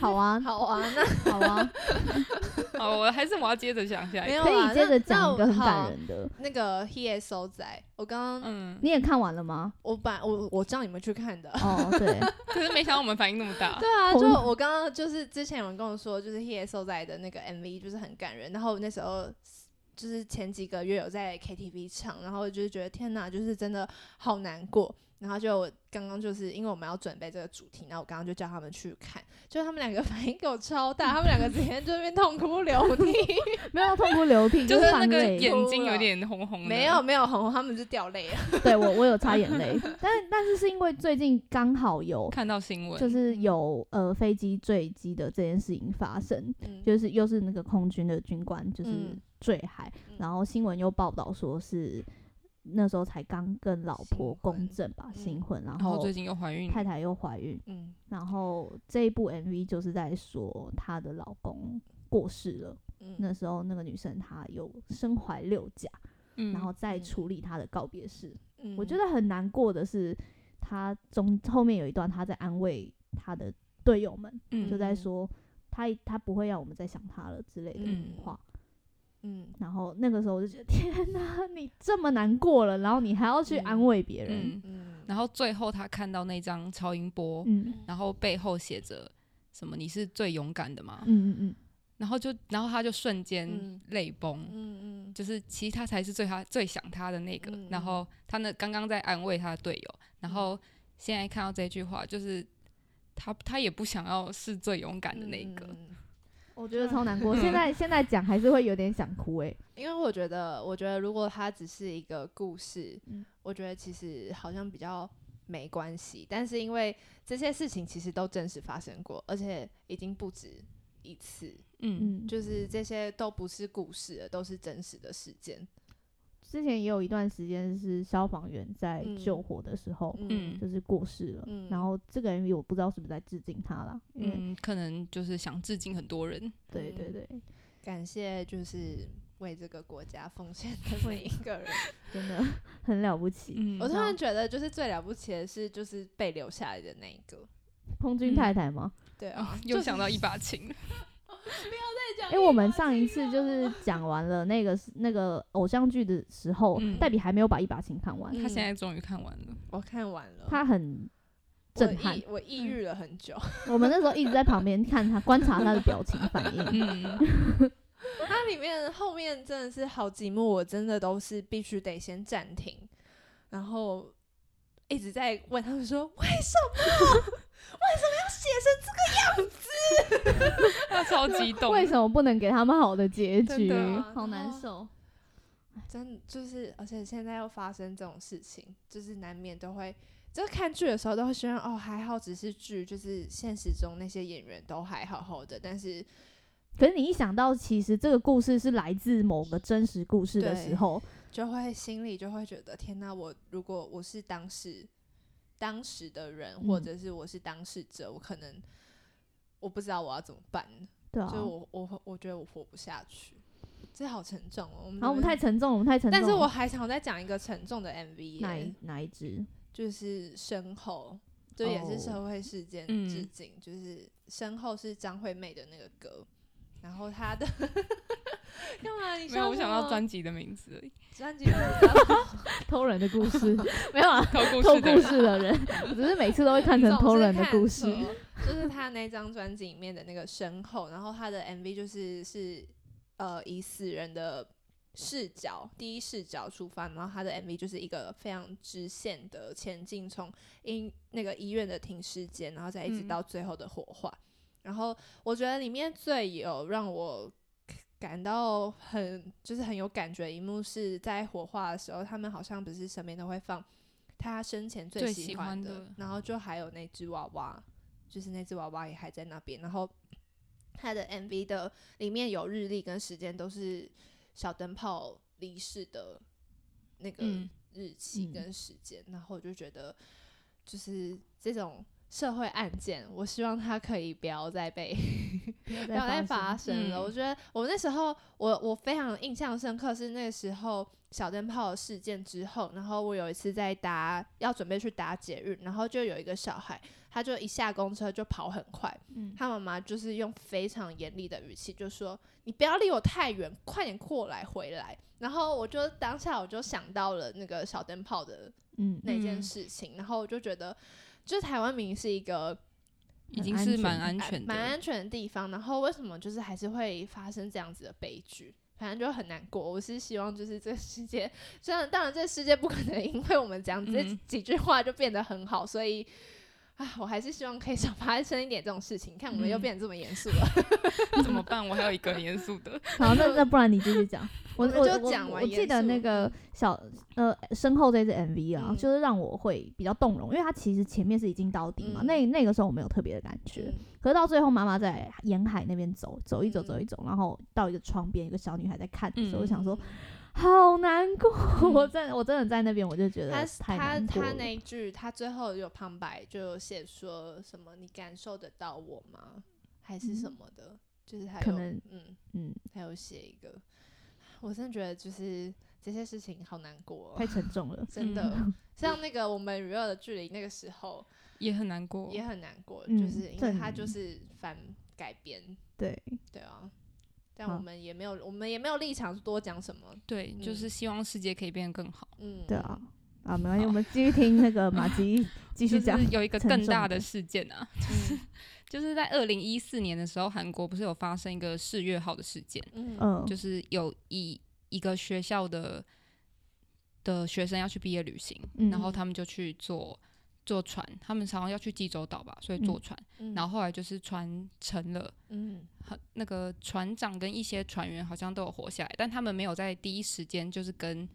Speaker 3: 好
Speaker 2: <laughs>
Speaker 3: 啊，
Speaker 1: 好啊，那
Speaker 3: 好啊，
Speaker 2: 好，哦我还是我要接着想下一
Speaker 1: 没
Speaker 2: 个。
Speaker 1: 有
Speaker 3: 可
Speaker 1: 啊
Speaker 3: 以接着
Speaker 1: 那
Speaker 3: 讲
Speaker 1: 那
Speaker 3: 一个很
Speaker 1: 好
Speaker 3: 感人的。
Speaker 1: 那个 He is so 仔，我刚刚
Speaker 2: 嗯，
Speaker 3: 你也看完了吗？
Speaker 1: 我把我我叫你们去看的。
Speaker 3: 哦，
Speaker 2: <laughs>
Speaker 3: 对，
Speaker 2: 可是没想到我们反应那么
Speaker 3: <laughs>
Speaker 2: 大。
Speaker 1: 对啊，
Speaker 3: 红
Speaker 1: 就我刚刚就是之前有人跟我说，就是 He is so 仔的那个 MV 就是很感人，然后我那时候。就是前几个月有在 KTV 唱，然后我就是觉得天哪，就是真的好难过。然后就我刚刚就是因为我们要准备这个主题，然后我刚刚就叫他们去看，就他们两个反应给我超大，他们两个直接就在那边痛哭流涕。
Speaker 3: 没有痛哭流涕，
Speaker 2: <laughs> 就是
Speaker 3: 是
Speaker 2: 那
Speaker 3: 泛
Speaker 2: 个
Speaker 3: 泪。
Speaker 2: 眼睛有点红红的，
Speaker 1: 没有没有红，他们是掉泪了。
Speaker 3: 对我，我有擦眼
Speaker 2: <laughs>
Speaker 3: 泪，但但是是因为最近刚好有，
Speaker 2: 看嗯到新闻，
Speaker 3: 就是有呃飞机坠机的这件事情发生，
Speaker 1: 嗯
Speaker 3: 就是又是那个空军的军官就是
Speaker 1: 嗯
Speaker 3: 坠海，
Speaker 1: 嗯
Speaker 3: 然后新闻又报道说是那时候才刚跟老婆
Speaker 1: 新婚
Speaker 3: 公证吧，
Speaker 1: 嗯
Speaker 3: 新婚，然
Speaker 2: 然后
Speaker 3: 后
Speaker 2: 最近又怀孕，
Speaker 3: 太太又怀孕，
Speaker 1: 嗯
Speaker 3: 然后这一部 MV 就是在说她的老公过世了，
Speaker 1: 嗯
Speaker 3: 那时候那个女生她有身怀六甲，
Speaker 2: 嗯，
Speaker 3: 然后再
Speaker 1: 嗯
Speaker 3: 处理她的告别式，
Speaker 1: 嗯
Speaker 3: 我觉得很难过的是，她中后面有一段她在安慰她的队友们，
Speaker 2: 嗯
Speaker 3: 就在
Speaker 1: 嗯
Speaker 3: 说她她不会让我们再想她了之类的
Speaker 1: 嗯
Speaker 3: 话。
Speaker 1: 嗯
Speaker 3: 然后那个时候我就觉得， <laughs> 天哪，你这么难过了，然后你还要去
Speaker 1: 嗯
Speaker 3: 安慰别人，
Speaker 2: 嗯，
Speaker 1: 嗯
Speaker 2: 然后最后他看到那张超音波，
Speaker 3: 嗯
Speaker 2: 然后背后写着什么“你是最勇敢的吗
Speaker 3: 嗯嗯嗯，”，
Speaker 2: 然后就然后他就瞬间
Speaker 1: 嗯
Speaker 2: 泪崩，
Speaker 1: 嗯嗯
Speaker 2: 就是其实他才是最他最想他的那个
Speaker 1: 嗯嗯，嗯
Speaker 2: 然后他那刚刚在安慰他的队友，然后现在看到这句话就是。他他也不想要是最勇敢的那一个，
Speaker 1: 嗯
Speaker 3: 我觉得超难过。现在 <laughs> 现在讲还是会有点想哭哎、
Speaker 1: 因为我觉得，我觉得如果它只是一个故事，
Speaker 3: 嗯
Speaker 1: 我觉得其实好像比较没关系。但是因为这些事情其实都真实发生过，而且已经不止一次，
Speaker 2: 嗯，
Speaker 3: 嗯，
Speaker 1: 就是这些都不是故事了，都是真实的事件。
Speaker 3: 之前也有一段时间是消防员在
Speaker 1: 嗯
Speaker 3: 救火的时候，
Speaker 2: 嗯
Speaker 3: 就是过世了，
Speaker 1: 嗯
Speaker 3: 然后这个 MV 我不知道是不是在致敬他啦，因为、
Speaker 2: 嗯，可能就是想致敬很多人，
Speaker 3: 对对对，
Speaker 1: 感谢就是为这个国家奉献
Speaker 2: <laughs>
Speaker 1: 的每一个人。
Speaker 3: 真的很了不起。
Speaker 2: 嗯，
Speaker 1: 我突
Speaker 3: 然
Speaker 1: 然
Speaker 3: 后
Speaker 1: 觉得，就是最了不起的是，就是被留下来的那一个。
Speaker 3: 空军太太吗？
Speaker 1: 对
Speaker 2: 哦
Speaker 1: 啊，
Speaker 2: 又想到一把
Speaker 1: <laughs>
Speaker 2: 琴，
Speaker 3: 因为我们上一次就是讲完了那个那个偶像剧的时候，
Speaker 2: 嗯
Speaker 3: 黛比还没有把一把琴看完，
Speaker 1: 嗯
Speaker 2: 他现在终于看完 <laughs> 了。
Speaker 1: 我看完了，
Speaker 3: 她很震撼。
Speaker 1: 我抑我抑郁了很久。
Speaker 3: 我们那时候一直在旁边看她，观察她的表情反应。
Speaker 2: 嗯，
Speaker 1: <laughs> 它里面后面真的是好几幕，我真的都是必须得先暂停，然后一直在问他们说为什么，为什么要写成这个？
Speaker 2: 他超激动。
Speaker 3: 为什么不能给他们好的结
Speaker 2: 真
Speaker 3: 局
Speaker 2: 的啊？
Speaker 3: 好难受。
Speaker 1: 真就是，而且现在又发生这种事情，就是难免都会，就是看剧的时候都会希望哦，还好只是剧，就是现实中那些演员都还好好的，但是
Speaker 3: 可是你一想到其实这个故事是来自某个真实故事的
Speaker 1: 对
Speaker 3: 时候，
Speaker 1: 就会心里就会觉得天哪，我如果我是当事当时的人，或
Speaker 3: 嗯
Speaker 1: 者是我是当事者，我可能我不知道我要怎么办。
Speaker 3: 对啊
Speaker 1: 就。我我我觉得我活不下去，这好沉重哦。我们
Speaker 3: 然后我们
Speaker 1: 这
Speaker 3: 太
Speaker 1: 边，
Speaker 3: 沉重了，我们太沉重
Speaker 1: 但
Speaker 3: 了。
Speaker 1: 是我还想再讲一个沉重的 MV，耶
Speaker 3: 哪一哪一支？
Speaker 1: 就是身后，就也是
Speaker 3: 哦
Speaker 1: 社会事件
Speaker 2: 嗯
Speaker 1: 致敬，就是身后是张惠妹的那个歌，然后她的 <laughs> 干嘛？你
Speaker 2: 没有，我
Speaker 1: 笑
Speaker 2: 想
Speaker 1: 什
Speaker 2: 到
Speaker 1: 么
Speaker 2: 专辑的名字而
Speaker 1: <laughs>
Speaker 2: 已，
Speaker 1: 专辑的
Speaker 3: 偷人的故事没有啊，
Speaker 2: 偷故
Speaker 3: 偷
Speaker 2: 事的
Speaker 3: 故
Speaker 2: 人
Speaker 3: 事的人，我只是每次都会看成偷人的故事
Speaker 1: 你。总是看错就是他那张专辑里面的那个身后，然后他的 MV 就是是呃以死人的视角第一视角出发，然后他的 MV 就是一个非常直线的前进，从医那个医院的停尸间，然后再一直
Speaker 2: 嗯
Speaker 1: 到最后的火化。然后我觉得里面最有让我感到很就是很有感觉的一幕是在火化的时候，他们好像不是身边都会放他生前最
Speaker 2: 最
Speaker 1: 喜
Speaker 2: 喜
Speaker 1: 欢
Speaker 2: 欢
Speaker 1: 的，
Speaker 2: 的嗯
Speaker 1: 然后就还有那只娃娃，就是那只娃娃也还在那边，然后他的 MV 的里面有日历跟时间都是小灯泡离世的那个
Speaker 2: 嗯
Speaker 1: 日期
Speaker 3: 嗯
Speaker 1: 跟时间，然后我就觉得就是这种。社会案件，我希望它可以不要再被不要再发生了。
Speaker 2: 嗯
Speaker 1: 我觉得我那时候，我我非常印象深刻是那个时候小灯泡事件之后，然后我有一次在搭要准备去搭捷运，然后就有一个小孩，他就一下公车就跑很快，
Speaker 3: 嗯
Speaker 1: 他妈妈就是用非常严厉的语气就说：“你不要离我太远，快点过来回来。”然后我就当下我就想到了那个小灯泡的
Speaker 3: 嗯，
Speaker 1: 那件
Speaker 2: 嗯
Speaker 1: 事情，然后我就觉得，就是台湾明明是一个
Speaker 2: 已经是蛮安
Speaker 1: 哎
Speaker 2: 全
Speaker 1: 蛮
Speaker 2: 的，
Speaker 1: 安全的地方。然后为什么就是还是会发生这样子的悲剧？反正就很难过。我是希望就是这个世界，虽然当然这个世界不可能因为我们讲这
Speaker 2: 嗯
Speaker 1: 几句话就变得很好，所以啊，我还是希望可以少发生一点这种事情。看我们又
Speaker 2: 嗯
Speaker 1: 变得这么严肃了，
Speaker 2: 怎么办？我还有一个很严肃的，
Speaker 3: 好，那那不然你继
Speaker 1: <laughs>
Speaker 3: 续讲。我
Speaker 1: 我
Speaker 3: 我
Speaker 1: 就
Speaker 3: 我
Speaker 1: 讲完
Speaker 3: 我记
Speaker 1: 严
Speaker 3: 得
Speaker 1: 肃
Speaker 3: 那个小呃身后这支 MV 啊，
Speaker 1: 嗯
Speaker 3: 就是让我会比较动容，因为它其实前面是已经到底嘛，
Speaker 1: 嗯
Speaker 3: 那那个时候我没有特别的感觉， <laughs>
Speaker 1: 嗯
Speaker 3: 可是到最后妈妈在沿海那边走走一走
Speaker 1: 嗯
Speaker 3: 走一走，然后到一个窗边，一个小女孩在看的时候，我想说
Speaker 1: 嗯
Speaker 3: 好难过，
Speaker 2: 嗯
Speaker 3: 我真的我真的在那边我就觉得
Speaker 1: 他
Speaker 3: 呃太
Speaker 1: 嗯他
Speaker 3: 难过
Speaker 1: 他
Speaker 3: 了
Speaker 1: 那一句，他最后有旁白就有写说什么“你感受得到我吗”还是什
Speaker 3: 嗯
Speaker 1: 么的，就是他
Speaker 3: 可
Speaker 1: 有
Speaker 3: 能
Speaker 1: 嗯
Speaker 3: 嗯
Speaker 1: 还有写一个， <sighs> 我真的觉得就是这些事情好难过哦、，
Speaker 3: 太沉重了
Speaker 1: 真的。
Speaker 3: 嗯
Speaker 1: <laughs> 像那个我们与恶的距离，那个时候
Speaker 2: 也很难过。
Speaker 1: <laughs> 也很难过，
Speaker 3: 嗯
Speaker 1: 就是因为它
Speaker 3: 正
Speaker 1: 就是反改编，
Speaker 3: 对，
Speaker 1: 对啊。但
Speaker 3: 好
Speaker 1: 我们也没有，我们也没有立场多讲什么，
Speaker 2: 对，
Speaker 1: 嗯
Speaker 2: 就是希望世界可以变得更好。
Speaker 1: 嗯，
Speaker 3: 对啊，啊，没关系，我们继续听那个马吉
Speaker 2: <laughs>
Speaker 3: 继续讲
Speaker 2: 就。是有一个
Speaker 3: <laughs> 沉
Speaker 2: 更
Speaker 3: 重
Speaker 2: 大
Speaker 3: 的
Speaker 2: 的事件啊，
Speaker 1: 嗯，
Speaker 2: 就是在二零一四年的时候，韩国不是有发生一个世越号的事件，
Speaker 1: 嗯嗯
Speaker 3: 嗯，
Speaker 2: 就是有一一个学校的的学生要去毕业旅行，
Speaker 3: 嗯
Speaker 2: 然后他们就去坐坐船，他们常常要去济州岛吧，所以坐船，
Speaker 1: 嗯，
Speaker 2: 然后后来就是船沉了。
Speaker 1: 嗯
Speaker 2: 很那个船长跟一些船员好像都有活下来，但他们没有在第一时间就是跟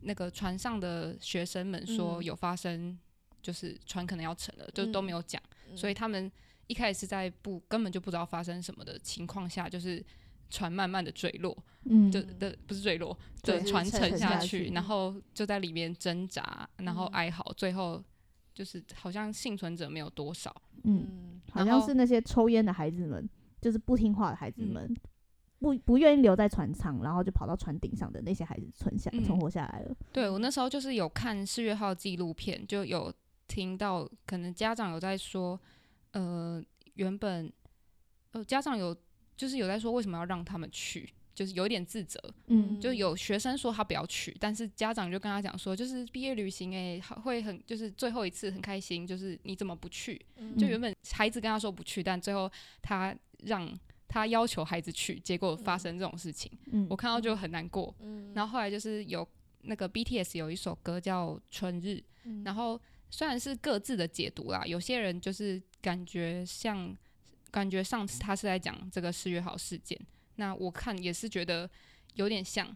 Speaker 2: 那个船上的学生们说
Speaker 1: 嗯
Speaker 2: 有发生，就是船可能要沉了，就
Speaker 1: 嗯
Speaker 2: 都没有讲，
Speaker 1: 嗯
Speaker 2: 所以他们一开始是在不根本就不知道发生什么的情况下，就是船慢慢的坠落，
Speaker 3: 嗯，
Speaker 2: 就的不是坠落，
Speaker 1: 对
Speaker 2: 的船
Speaker 1: 沉
Speaker 2: 沉
Speaker 3: 下
Speaker 2: 下
Speaker 3: 去
Speaker 2: 去，然后就在里面挣扎，然后
Speaker 1: 嗯
Speaker 2: 哀嚎，最后就是好像幸存者没有多少，
Speaker 3: 嗯，
Speaker 1: 嗯
Speaker 3: 好
Speaker 2: 然
Speaker 3: 像
Speaker 2: 后嗯
Speaker 3: 是那些抽烟的孩子们，就是不听话的孩子们，不不愿意留在船舱，然后就跑到船顶上的那些孩子存下
Speaker 2: 嗯
Speaker 3: 存活下来了。
Speaker 2: 对我那时候就是有看四月号纪录片，就有听到可能家长有在说，呃，原本呃家长有就是有在说为什么要让他们去，就是有一点自责，
Speaker 3: 嗯
Speaker 2: 就有学生说他不要去，但是家长就跟他讲说，就是毕业旅行诶、好会很就是最后一次很开心，就是你怎么不去？
Speaker 1: 嗯
Speaker 2: 就原本孩子跟他说不去，但最后他让他要求孩子去，结果发生这种事情，
Speaker 3: 嗯，
Speaker 2: 我看到就很难过。
Speaker 1: 嗯
Speaker 2: 然后后来就是有那个 BTS 有一首歌叫《春日》，
Speaker 1: 嗯
Speaker 2: 然后虽然是各自的解读啦，有些人就是感觉像感觉上次他是在讲这个四月号事件，那我看也是觉得有点像，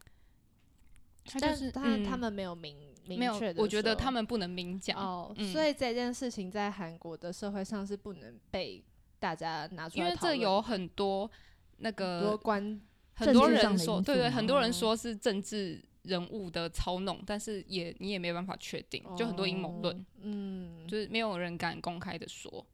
Speaker 2: 他就
Speaker 1: 但
Speaker 2: 是
Speaker 1: 他
Speaker 2: 嗯
Speaker 1: 他们没有明明
Speaker 2: 没有
Speaker 1: 确，的
Speaker 2: 我觉得
Speaker 1: 说
Speaker 2: 他们不能明讲，
Speaker 1: 哦，
Speaker 2: 嗯
Speaker 1: 所以这件事情在韩国的社会上是不能被大家拿出
Speaker 2: 因
Speaker 1: 来
Speaker 2: 为
Speaker 1: 讨
Speaker 2: 这
Speaker 1: 论
Speaker 2: 有很多那
Speaker 1: 很多
Speaker 2: 个
Speaker 1: 关
Speaker 2: 很多
Speaker 3: 政治上
Speaker 2: 人
Speaker 3: 的
Speaker 2: 说，
Speaker 3: 因
Speaker 2: 对
Speaker 3: 素
Speaker 2: 对，
Speaker 3: 吗
Speaker 2: 很多人说是政治人物的操弄，但是也你也没办法确定，就很多阴谋论。
Speaker 1: 哦，嗯，
Speaker 2: 就是没有人敢公开的说，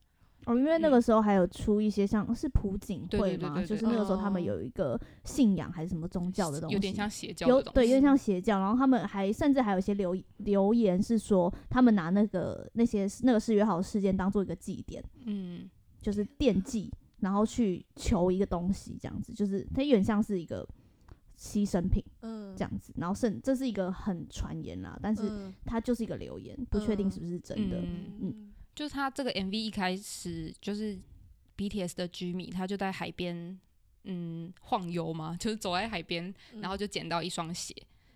Speaker 3: 哦，因为那个时候还有出一些像是普警
Speaker 2: 嗯对对
Speaker 3: 会
Speaker 2: 对
Speaker 3: 嘛，
Speaker 2: 对
Speaker 3: 就是
Speaker 2: 对
Speaker 3: 那个时候他们
Speaker 1: 哦
Speaker 3: 有一个信仰还是什么宗教的东西，
Speaker 2: 有点像邪教
Speaker 3: 有
Speaker 2: 的东
Speaker 3: 对，有
Speaker 2: 西
Speaker 3: 点像邪教。然后他们还甚至还有一些留留言是说，他们拿那个那些那个世约号事件当做一个祭典，
Speaker 2: 嗯，
Speaker 3: 就是奠祭，然后去求一个东西，这样子，就是它有点像是一个牺牲品
Speaker 1: 嗯，
Speaker 3: 这样子。然后甚这是一个很传言啦，但是
Speaker 1: 嗯
Speaker 3: 它就是一个留言，不确定
Speaker 1: 嗯
Speaker 3: 是不是真的。
Speaker 2: 嗯就是他这个 MV 一开始就是 BTS 的 Jimmy，他就在海边嗯晃悠嘛， <laughs> 就是走在海边，
Speaker 1: 嗯
Speaker 2: 然后就捡到一双鞋，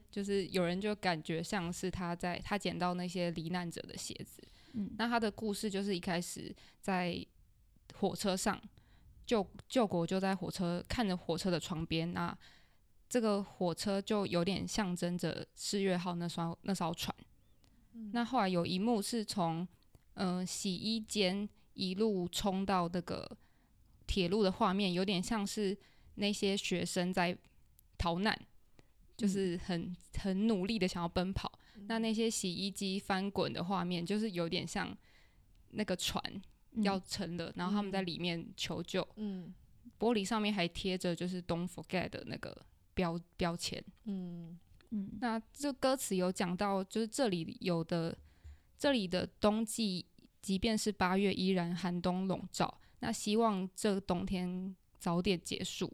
Speaker 2: 就是有人就感觉像是他在他捡到那些罹难者的鞋子。
Speaker 3: 嗯
Speaker 2: 那他的故事就是一开始在火车上，救救国就在火车看着火车的窗边，那这个火车就有点象征着四月号那艘那艘船。那后来有一幕是从嗯、呃洗衣间一路冲到那个铁路的画面，有点像是那些学生在逃难，就是很很努力的想要奔跑。嗯那那些洗衣机翻滚的画面，就是有点像那个船
Speaker 3: 嗯
Speaker 2: 要沉了，然后他们在里面求救，
Speaker 1: 嗯
Speaker 2: 玻璃上面还贴着就是 “Don't forget” 的那个标标签。
Speaker 1: 嗯
Speaker 3: 嗯
Speaker 2: 那这歌词有讲到，就是这里有的，这里的冬季，即便是八月，依然寒冬笼罩。那希望这冬天早点结束。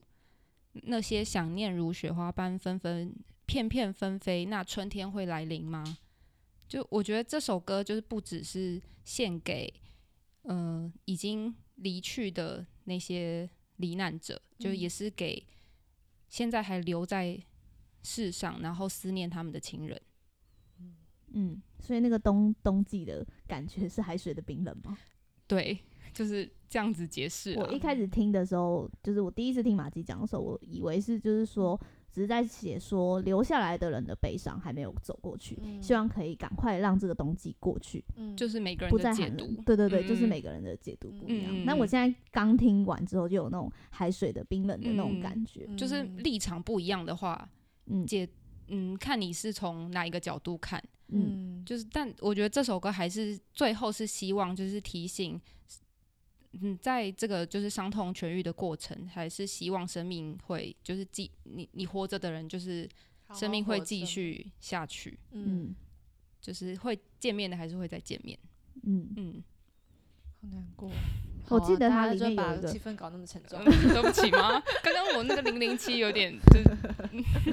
Speaker 2: 那些想念如雪花般纷纷片片纷飞，那春天会来临吗？就我觉得这首歌就是不只是献给，呃，已经离去的那些罹难者，就也是给现在还留在世上，然后思念他们的亲人。
Speaker 3: 嗯，所以那个冬冬季的感觉是海水的冰冷吗？
Speaker 2: 对， <laughs> 就是这样子解释啊啦
Speaker 3: 我一开始听的时候，就是我第一次听马吉讲的时候，我以为是就是说，只是在写说留下来的人的悲伤还没有走过去，
Speaker 1: 嗯
Speaker 3: 希望可以赶快让这个冬季过去，
Speaker 1: 嗯，
Speaker 2: 就是每个人
Speaker 3: 不再
Speaker 2: 的解
Speaker 3: 寒
Speaker 2: 读
Speaker 3: 冷。，对对对，就是
Speaker 2: 嗯
Speaker 3: 每个人的解读不一样。
Speaker 2: 嗯嗯
Speaker 3: 那我
Speaker 2: 嗯
Speaker 3: 现在刚听完之后，就有那种海水的冰冷的那种
Speaker 2: 嗯
Speaker 3: 感觉。
Speaker 2: 就是
Speaker 1: 嗯
Speaker 2: 立场不一样的话，
Speaker 3: 嗯
Speaker 2: 解嗯，看你是从哪一个角度看。
Speaker 3: 嗯
Speaker 1: 嗯
Speaker 2: 就是，但我觉得这首歌还是最后是希望，就是提醒，嗯，在这个就是伤痛痊愈的过程，还是希望生命会就是继你你活着的人，就是
Speaker 1: 好
Speaker 2: 生
Speaker 1: 好
Speaker 2: 命会
Speaker 1: 活
Speaker 2: 继
Speaker 1: 着，
Speaker 2: 续下去，
Speaker 1: 嗯，
Speaker 3: 嗯
Speaker 2: 就是会见面的还是会再见面。
Speaker 3: 嗯，
Speaker 2: 嗯，
Speaker 1: 好难过。
Speaker 3: 我
Speaker 1: 好
Speaker 3: 记
Speaker 1: 啊
Speaker 3: 得
Speaker 1: 大
Speaker 3: 它
Speaker 1: 家
Speaker 3: 里
Speaker 1: 就
Speaker 3: 面有
Speaker 1: 把
Speaker 3: 一个
Speaker 1: 气氛搞那么沉重
Speaker 2: 嗯，
Speaker 3: <laughs>
Speaker 2: 对不起 <laughs> 吗？刚刚我那个零零七有 <laughs> 点就是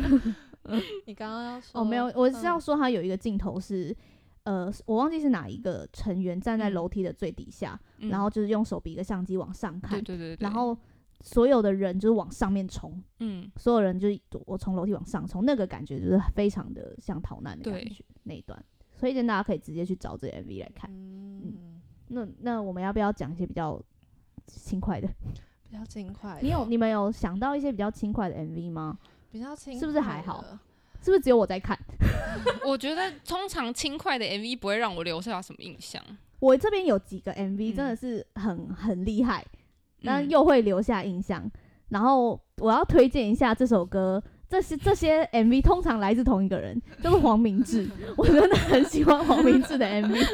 Speaker 1: 你刚刚要说
Speaker 3: 哦，没有，我是要
Speaker 1: 嗯
Speaker 3: 说它有一个镜头是。呃，我忘记是哪一个成员站在
Speaker 2: 嗯
Speaker 3: 楼梯的最底下，
Speaker 2: 嗯
Speaker 3: 然后就是用手比一个相机往上看
Speaker 2: 对，对对对，
Speaker 3: 然后所有的人就是往上面冲，
Speaker 2: 嗯，
Speaker 3: 所有人就是我从楼梯往上冲，那个感觉就是非常的像逃难的感
Speaker 2: 对
Speaker 3: 觉那一段，推荐大家可以直接去找这个 MV 来看。
Speaker 1: 嗯，
Speaker 3: 那那我们要不要讲一些比较轻快的？
Speaker 1: 比较轻快的，
Speaker 3: 你有你们有想到一些比较轻快的 MV 吗？
Speaker 1: 比较轻，
Speaker 3: 是不是还好？是不是只有我在看？
Speaker 2: 我觉得通常轻快的 MV 不会让我留下什么印象，
Speaker 3: 我这边有几个 MV
Speaker 2: 嗯
Speaker 3: 真的是很很厉害，那
Speaker 2: 嗯
Speaker 3: 又会留下印象。然后我要推荐一下这首歌，这些这些 MV 通常来自同一个人，就是黄
Speaker 1: <laughs>
Speaker 3: 明志。我真的很喜欢黄明志的 MV。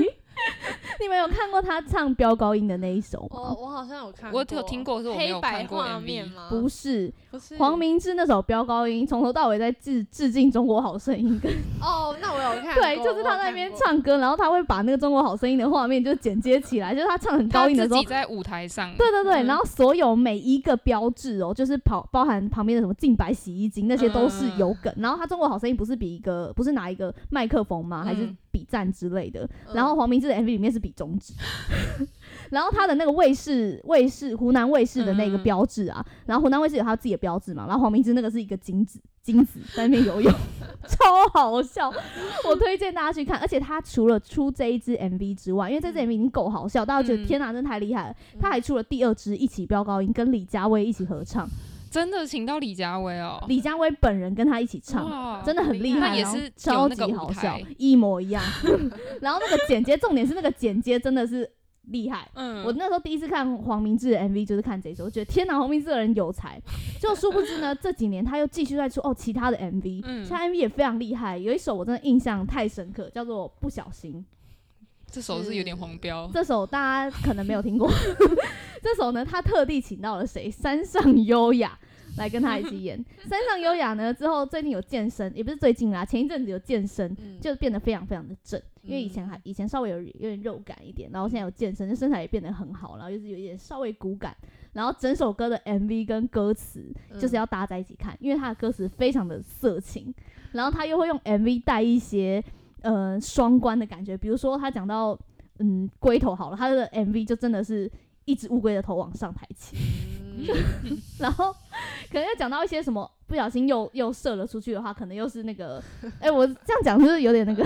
Speaker 3: 你们有看过他唱飙高音的那一首
Speaker 1: 我
Speaker 3: 吗？
Speaker 1: 我好像有看，
Speaker 2: 我有听过可是我没
Speaker 1: 黑
Speaker 2: 有
Speaker 1: 白
Speaker 2: 看过
Speaker 1: 画
Speaker 2: MV
Speaker 1: 面吗？
Speaker 3: 不是，
Speaker 1: 不是
Speaker 3: 黄明志那首飙高音从头到尾在致致敬《中国好声音》跟
Speaker 1: 哦，那我有看过，
Speaker 3: 对，就是他
Speaker 1: 我有
Speaker 3: 在那
Speaker 1: 看
Speaker 3: 边
Speaker 1: 过，
Speaker 3: 唱歌，然后他会把那个《中国好声音》的画面就剪接起来，就是他唱很高
Speaker 2: 他
Speaker 3: 音的
Speaker 2: 自
Speaker 3: 时候
Speaker 2: 己，在舞台上，
Speaker 3: 对对对，
Speaker 2: 嗯
Speaker 3: 然后所有每一个标志哦，就是跑包含旁边的什么净白洗衣精，那些都是有梗。
Speaker 2: 嗯
Speaker 3: 然后他中国好声音不是比一个，不是拿一个麦克风吗？还是
Speaker 2: 嗯
Speaker 3: 比赞之类的？
Speaker 1: 嗯
Speaker 3: 然后黄明志的 MV 里面是比中指， <laughs> 然后他的那个卫视卫视湖南卫视的那个
Speaker 2: 嗯
Speaker 3: 标志啊，然后湖南卫视有他自己的标志嘛，然后黄明志那个是一个金子。金子在那边
Speaker 2: <laughs>
Speaker 3: 游泳，超好笑，我推荐大家去看。而且他除了出这一支 MV 之外，因为这支 MV 已经够好笑，大家觉得
Speaker 2: 嗯
Speaker 3: 天哪，真的太厉害了。
Speaker 1: 嗯
Speaker 3: 他还出了第二支一起飙高音，跟李佳薇一起合唱，
Speaker 2: 真的请到李佳薇哦，
Speaker 3: 李佳薇本人跟他一起唱。
Speaker 2: 哇
Speaker 3: 真的很厉害，
Speaker 2: 那也
Speaker 3: 然后
Speaker 2: 是有
Speaker 3: 超
Speaker 2: 那个
Speaker 3: 级
Speaker 2: 舞
Speaker 3: 好笑
Speaker 2: 台，
Speaker 3: 一模一样。 <laughs> 然后那个剪接，重点是那个剪接真的是厉害。
Speaker 2: 嗯，
Speaker 3: 我那时候第一次看黄明志的 MV 就是看这首，我觉得天哪，黄明志这个人有才。就殊不知呢，这几年他又继续在出哦其他的 MV，
Speaker 2: 嗯
Speaker 3: 其他 MV 也非常厉害。有一首我真的印象太深刻，叫做《不小心》，
Speaker 2: 这首是有点
Speaker 1: 是
Speaker 2: 黄标，
Speaker 3: <laughs> 这首大家可能没有听过， <laughs> 这首呢，他特地请到了谁？山上优雅来跟他一起
Speaker 1: <laughs>
Speaker 3: 演。山上优雅呢，之后最近有健身，也不是最近啦，前一阵子有健身，
Speaker 1: 嗯，
Speaker 3: 就变得非常非常的正。因为以前
Speaker 1: 嗯
Speaker 3: 还以前稍微有有点肉感一点，然后现在有健身，就身材也变得很好，然后就是有一点稍微骨感。然后整首歌的 MV 跟歌词
Speaker 1: 嗯
Speaker 3: 就是要搭在一起看，因为他的歌词非常的色情，然后他又会用 MV 带一些呃双关的感觉，比如说他讲到嗯龟头好了，他的 MV 就真的是一只乌龟的头往上抬起， <laughs>
Speaker 1: 嗯
Speaker 3: 然后可能又讲到一些什么不小心又又射了出去的话，可能又是那个哎、我这样讲就是有
Speaker 1: <laughs>
Speaker 3: 点那个，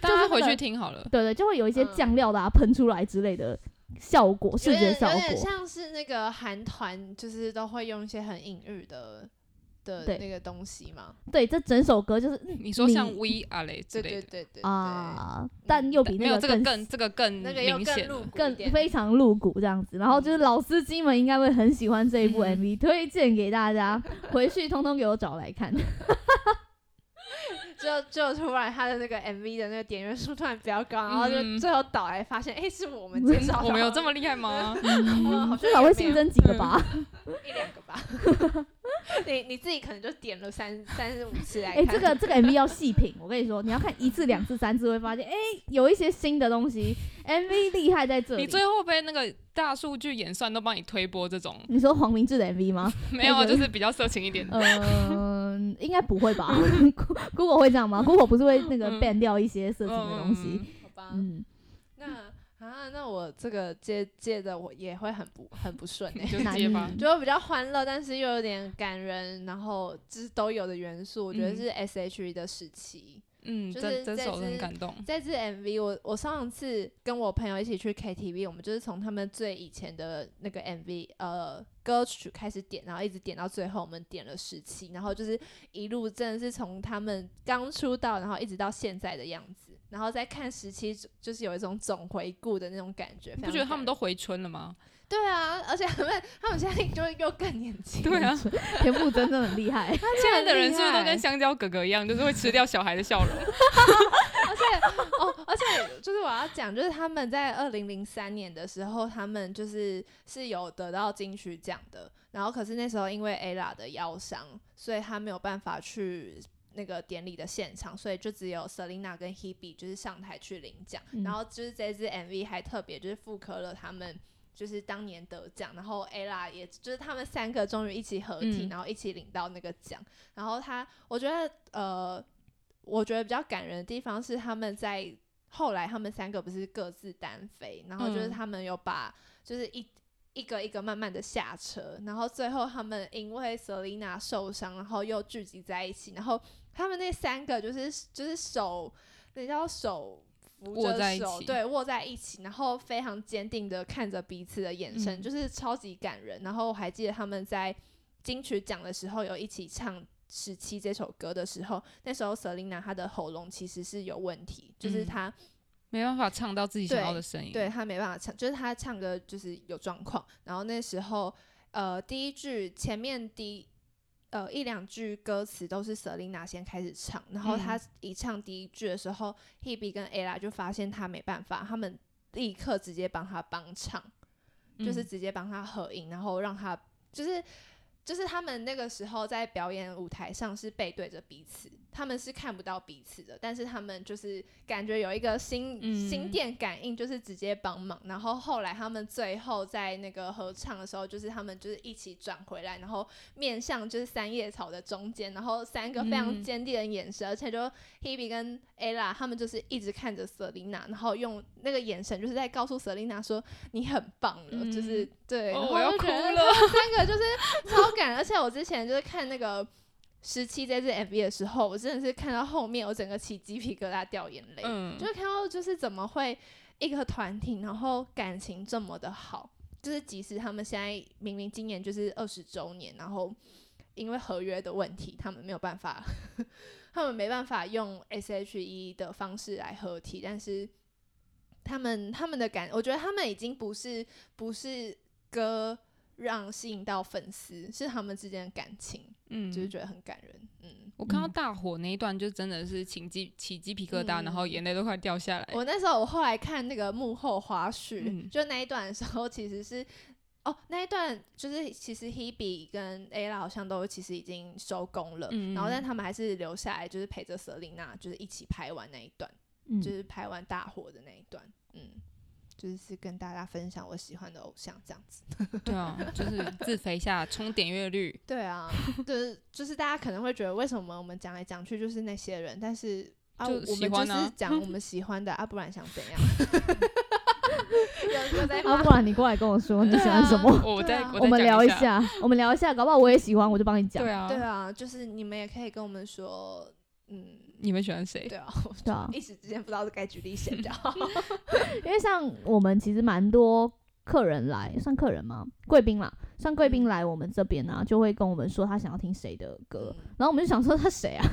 Speaker 2: 大
Speaker 3: 就是
Speaker 2: 家
Speaker 3: 那
Speaker 2: 回
Speaker 3: 个
Speaker 2: 去听好了。
Speaker 3: 对对，就会有一些酱料的啊喷出来之类的效果，视
Speaker 1: 嗯有
Speaker 3: 觉
Speaker 1: 点
Speaker 3: 效
Speaker 1: 有点
Speaker 3: 果。
Speaker 1: 像是那个韩团，就是都会用一些很隐喻的的
Speaker 3: 对
Speaker 1: 那个东西嘛。
Speaker 3: 对，这整首歌就是嗯
Speaker 2: 你说像
Speaker 3: 你
Speaker 2: V 啊嘞之
Speaker 1: 对对
Speaker 2: 类的，
Speaker 1: 对对对，嗯
Speaker 3: 啊，但又比
Speaker 2: 但没
Speaker 3: 那
Speaker 2: 有
Speaker 3: 个
Speaker 2: 这个
Speaker 3: 更
Speaker 2: 更这个更
Speaker 1: 那个又
Speaker 2: 明
Speaker 1: 更
Speaker 2: 显
Speaker 1: 露
Speaker 2: 了。
Speaker 1: 骨一
Speaker 3: 更
Speaker 1: 点
Speaker 3: 非常露骨这样子。然后就是老司机们应该会很喜欢这一部
Speaker 2: 嗯
Speaker 3: MV，、推荐给大家，回去通通给我找来看。
Speaker 1: 就就突然他的那个 MV 的那个点阅数突然飙高，然后就
Speaker 2: 嗯
Speaker 1: 最后倒来发现，哎、是我们介绍的，
Speaker 2: 我们有这么厉害
Speaker 3: <laughs>
Speaker 2: 吗？
Speaker 1: 嗯好像
Speaker 3: 至少
Speaker 1: 也没
Speaker 3: 会
Speaker 1: 有
Speaker 3: 新增几个吧。
Speaker 1: 一两个吧。 <laughs> 你你自己可能就点了三三十五次来
Speaker 3: 哎、
Speaker 1: 看，
Speaker 3: 这个这个 MV 要细品，我跟你说，你要看一次、两次、三次，会发现哎、有一些新的东西。MV 厉害在这里。，
Speaker 2: 你最后被那个大数据演算都帮你推播这种
Speaker 3: <laughs> 你说黄明志的 MV 吗？
Speaker 2: 没有，啊
Speaker 3: 那个
Speaker 2: 就是比较色情一点的。
Speaker 3: 嗯，应该不会吧？Google 会这样吗？Google 不是会那个
Speaker 2: 嗯
Speaker 3: ban 掉一些色情的东西？
Speaker 1: 好吧？
Speaker 3: 嗯，
Speaker 1: 那啊，那我这个借借的我也会很不很不顺哎、
Speaker 2: 嗯，就
Speaker 3: 男
Speaker 2: 接吧
Speaker 3: 女。
Speaker 1: 就比较欢乐，但是又有点感人，然后就是都有的元素，我觉得
Speaker 2: 嗯
Speaker 1: 是 S H E 的时期。
Speaker 2: 嗯，
Speaker 1: 就
Speaker 2: 这
Speaker 1: 是
Speaker 2: 这
Speaker 1: 这
Speaker 2: 首
Speaker 1: 支
Speaker 2: 很感动。
Speaker 1: 这支 MV，我我上次跟我朋友一起去 KTV，我们就是从他们最以前的那个 MV 呃歌曲开始点，然后一直点到最后，我们点了十七，然后就是一路真的是从他们刚出道，然后一直到现在的样子，然后再看十七，就是有一种总回顾的那种感觉。非
Speaker 2: 你不
Speaker 1: 常
Speaker 2: 觉得他
Speaker 1: 感人
Speaker 2: 们都回春了吗？
Speaker 1: 对啊，而且他们他们现在就又更年轻，
Speaker 2: 对啊，
Speaker 3: <laughs> 田馥甄真的很厉害。
Speaker 2: 现在的人是不是
Speaker 1: 很
Speaker 2: 都
Speaker 1: 厉害
Speaker 2: 跟香蕉哥哥一样，就是会吃掉小孩的笑容？
Speaker 1: 而且哦，而且就是我要讲，就是他们在二零零三年的时候，他们就是是有得到金曲奖的，然后可是那时候因为 ella 的腰伤，所以他没有办法去。那个典礼的现场，所以就只有 Selina 跟 Hebe 就是上台去领奖，
Speaker 3: 嗯
Speaker 1: 然后就是这支 MV 还特别就是复刻了他们就是当年得奖，然后 ella 也就是他们三个终于一起合体，
Speaker 2: 嗯
Speaker 1: 然后一起领到那个奖，然后他我觉得呃我觉得比较感人的地方是他们在后来他们三个不是各自单飞，然后就是
Speaker 2: 嗯
Speaker 1: 他们有把就是一。一个一个慢慢的下车，然后最后他们因为 Selina 受伤，然后又聚集在一起，然后他们那三个就是就是手，那叫手扶
Speaker 2: 握
Speaker 1: 着
Speaker 2: 在一
Speaker 1: 手，
Speaker 2: 起
Speaker 1: 对，握在一起，然后非常坚定的看着彼此的眼神，
Speaker 2: 嗯
Speaker 1: 就是超级感人。然后我还记得他们在金曲奖的时候有一起唱时期这首歌的时候，那时候 Selina 她的喉咙其实是有问题，就是
Speaker 2: 嗯
Speaker 1: 她、
Speaker 2: <laughs> 没办法唱到自己想
Speaker 1: 对
Speaker 2: 要的声音。
Speaker 1: 对，她没办法唱，就是她唱歌就是有状况。然后那时候呃第一句前面第呃一两句歌词都是 Selina 先开始唱，然后她一唱第一句的时候、h e b e 跟 Ella 就发现她没办法，他们立刻直接帮她帮唱。
Speaker 2: 嗯，
Speaker 1: 就是直接帮他合影，然后让他就是就是他们那个时候在表演舞台上是背对着彼此，他们是看不到彼此的，但是他们就是感觉有一个心、
Speaker 2: 嗯
Speaker 1: 心电感应，就是直接帮忙。然后后来他们最后在那个合唱的时候，就是他们就是一起转回来，然后面向就是三叶草的中间，然后三个非常
Speaker 2: 嗯
Speaker 1: 坚定的眼神，而且就 Hebe 跟 Ella 他们就是一直看着 Selina，然后用那个眼神就是在告诉 Selina 说你很棒了，
Speaker 2: 嗯
Speaker 1: 就是对，
Speaker 2: 哦
Speaker 1: 然后
Speaker 2: 我要
Speaker 1: 就觉得 <laughs>
Speaker 2: 哭了
Speaker 1: 他们三个就是超感人，而且我之前就是看那个。十七这支 MV 的时候，我真的是看到后面，我整个起鸡皮疙瘩、掉眼泪，
Speaker 2: 嗯，
Speaker 1: 就是看到就是怎么会一个团体，然后感情这么的好，就是即使他们现在明明今年就是二十周年，然后因为合约的问题，他们没有办法， <laughs> 他们没办法用 SHE 的方式来合体，但是他们他们的感，我觉得他们已经不是不是歌。让吸引到粉丝，是他们之间的感情，
Speaker 2: 嗯，
Speaker 1: 就是觉得很感人。嗯，
Speaker 2: 我看到
Speaker 3: 嗯
Speaker 2: 大火那一段，就真的是起鸡起鸡皮疙瘩，然后
Speaker 1: 嗯
Speaker 2: 眼泪都快掉下来。
Speaker 1: 我那时候我后来看那个幕后花絮，
Speaker 2: 哎嗯
Speaker 1: 就那一段的时候，其实是哦那一段就是其实 Hebe 跟 Ella 好像都其实已经收工了，
Speaker 2: 嗯
Speaker 1: 然后但
Speaker 2: 嗯
Speaker 1: 他们还是留下来，就是陪着瑟琳娜，就是一起拍完那一段，
Speaker 3: 嗯
Speaker 1: 就是拍完大火的那一段，嗯。就是跟大家分享我喜欢的偶像这样子。
Speaker 2: 对啊，就是自肥下冲点阅率。
Speaker 1: 对 <laughs> 啊，就是就是大家可能会觉得为什么我们讲来讲去就是那些人，但是啊，
Speaker 2: 就
Speaker 1: 我们
Speaker 2: 喜欢
Speaker 1: 就是
Speaker 2: 啊
Speaker 1: 讲我们喜欢
Speaker 2: <laughs>
Speaker 1: 的啊，不然想怎样？有有 <laughs> 在
Speaker 3: <laughs> 啊，
Speaker 1: 骂
Speaker 3: 不然你过来跟我说你喜欢什
Speaker 1: 对
Speaker 3: 么，
Speaker 2: 我再
Speaker 1: 对啊
Speaker 2: 我再
Speaker 3: <laughs> 我们
Speaker 2: 讲
Speaker 3: 聊一
Speaker 2: 下。
Speaker 3: 下，我们聊一下，搞不好我也喜欢，我就帮你讲。
Speaker 2: 对啊，
Speaker 1: 对啊，就是你们也可以跟我们说，嗯，
Speaker 2: 你们喜欢谁？
Speaker 1: 对啊，我
Speaker 3: 对啊，
Speaker 1: 一时之间不知道是该举例
Speaker 2: <laughs>
Speaker 1: 谁比较好。
Speaker 3: 因为像我们其实蛮多客人来，算客人吗？贵宾啦，算贵
Speaker 2: 嗯
Speaker 3: 宾来我们这边啊，就会跟我们说他想要听谁的
Speaker 1: <laughs>
Speaker 3: 歌，
Speaker 1: 嗯
Speaker 3: 然后我们就想说他谁啊？ <laughs>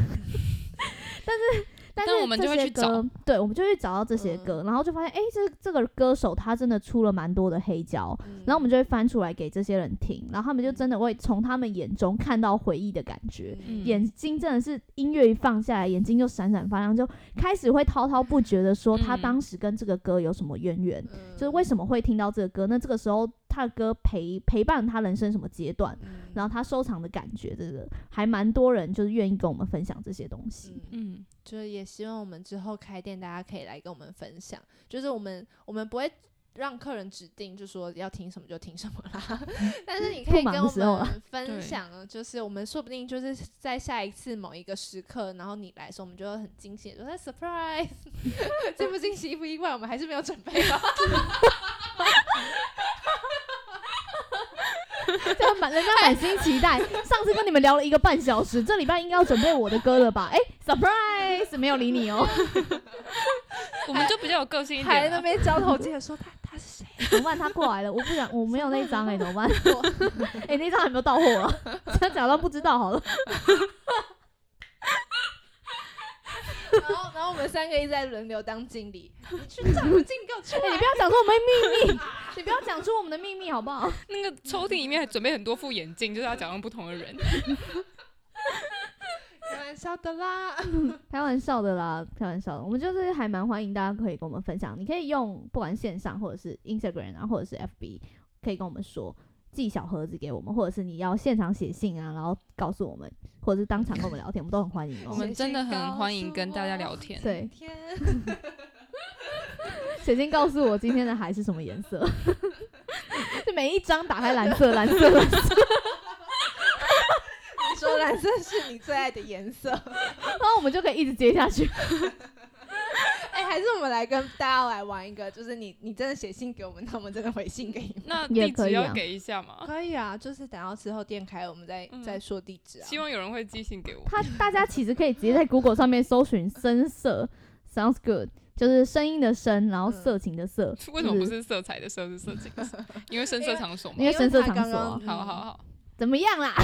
Speaker 3: 但是
Speaker 2: 但
Speaker 3: 是
Speaker 2: 我们
Speaker 3: 这
Speaker 2: 就会
Speaker 3: 些
Speaker 2: 去找嗯
Speaker 3: 歌，对，我们就会找到这些歌，然后就发现，哎、这这个歌手他真的出了蛮多的黑胶，
Speaker 2: 嗯
Speaker 1: 嗯
Speaker 3: 然后我们就会翻出来给这些人听，然后他们就真的会从他们眼中看到回忆的感觉。
Speaker 1: 嗯
Speaker 2: 也
Speaker 3: 眼睛真的是音乐一放下来，眼睛就闪闪发亮，就开始会滔滔不绝的说他
Speaker 2: 嗯
Speaker 3: 当时跟这个歌有什么渊源，
Speaker 1: 嗯
Speaker 3: 就是为什么会听到这个歌？那这个时候他的歌陪陪伴他人生什么阶段？
Speaker 1: 嗯
Speaker 3: 然后他收藏的感觉，这个还蛮多人就是愿意跟我们分享这些东西。
Speaker 1: 嗯
Speaker 2: 嗯，
Speaker 1: 就是也希望我们之后开店，大家可以来跟我们分享。就是我们我们不会让客人指定，就说要听什么就听什么
Speaker 3: <laughs>
Speaker 1: 啦。但是你可以
Speaker 3: 不忙
Speaker 1: 跟
Speaker 3: 的
Speaker 1: 我
Speaker 3: 时候 <laughs>
Speaker 1: 们
Speaker 2: 对
Speaker 1: 分享，就是我们说不定就是在下一次某一个时刻，然后你来的时候，我们就会很惊喜，说哎 surprise，这 <laughs> 不惊喜意不意外，我们还是没有准备
Speaker 3: <laughs>
Speaker 1: 好。
Speaker 3: 这样满人家满心期待。上次跟你们聊了一个半小时，这礼拜应该要准备我的歌了吧？哎，surprise，没有理你哦。
Speaker 2: 我们就比较有个性一
Speaker 1: 还在
Speaker 2: 点
Speaker 1: 那
Speaker 2: 啊。
Speaker 1: 边交头接
Speaker 3: <laughs>
Speaker 1: 耳说他他是谁？ <laughs>
Speaker 3: 怎么办？他过来了，我不想，我没有那张哎、怎么办？ <laughs> 哎、那张还没有到货 <laughs> 啊，这样假装不知道好了。
Speaker 1: 然后然后我们三个一直在轮流当经理，你去找个经理给我出
Speaker 3: <laughs> 哎、你
Speaker 1: 来
Speaker 3: 不。要讲出我们的秘 <laughs> 密，你不要讲出我们的秘密好不好？
Speaker 2: 那个抽屉里面还准备很多副眼镜，就是要假装不同的人。
Speaker 1: 开玩笑的啦，
Speaker 3: 开玩笑的啦，开玩笑的。我们就是还蛮欢迎大家可以跟我们分享，你可以用不管线上或者是 Instagram 啊，或者是 FB，可以跟我们说寄小盒子给我们，或者是你要现场写信啊，然后告诉我们，或者是当场跟我们聊天，我们都很欢迎
Speaker 2: 我
Speaker 3: 哦。
Speaker 2: 们真的很欢迎跟大家
Speaker 1: 啊
Speaker 2: 聊天。
Speaker 3: 对，
Speaker 1: 天，
Speaker 3: 写信告诉我今天的海是什么颜 <laughs> 色，就每一张打开蓝色，蓝色，蓝
Speaker 2: <laughs>
Speaker 3: 色，
Speaker 1: 你说蓝色是你最爱的颜色，
Speaker 3: 然后我们就可以一直接下去。 <laughs>
Speaker 1: 哎、还是我们来跟大家来玩一个，就是你你真的写信给我们，那我们真的回信给你们。
Speaker 2: 那
Speaker 3: 也
Speaker 2: 地
Speaker 3: 可
Speaker 2: 址
Speaker 3: 以啊
Speaker 2: 要给一下 <laughs> 嘛？
Speaker 1: 可以啊，就是等到之后店开，我们再、
Speaker 2: 嗯
Speaker 1: 再说地址啊。
Speaker 2: 希望有人会寄信给我。
Speaker 3: 他大家其实可以直接在 Google 上面搜寻声色，sounds good，就是声音的声，然后色情的色，
Speaker 2: 为什么不
Speaker 1: 嗯
Speaker 2: 是色彩的色是色情的
Speaker 1: <laughs>
Speaker 2: 色？因为深色场所嘛
Speaker 3: 因为。深色场
Speaker 1: 刚
Speaker 3: 所啊
Speaker 1: 刚
Speaker 2: 好好好，
Speaker 3: 怎么样啦？ <laughs>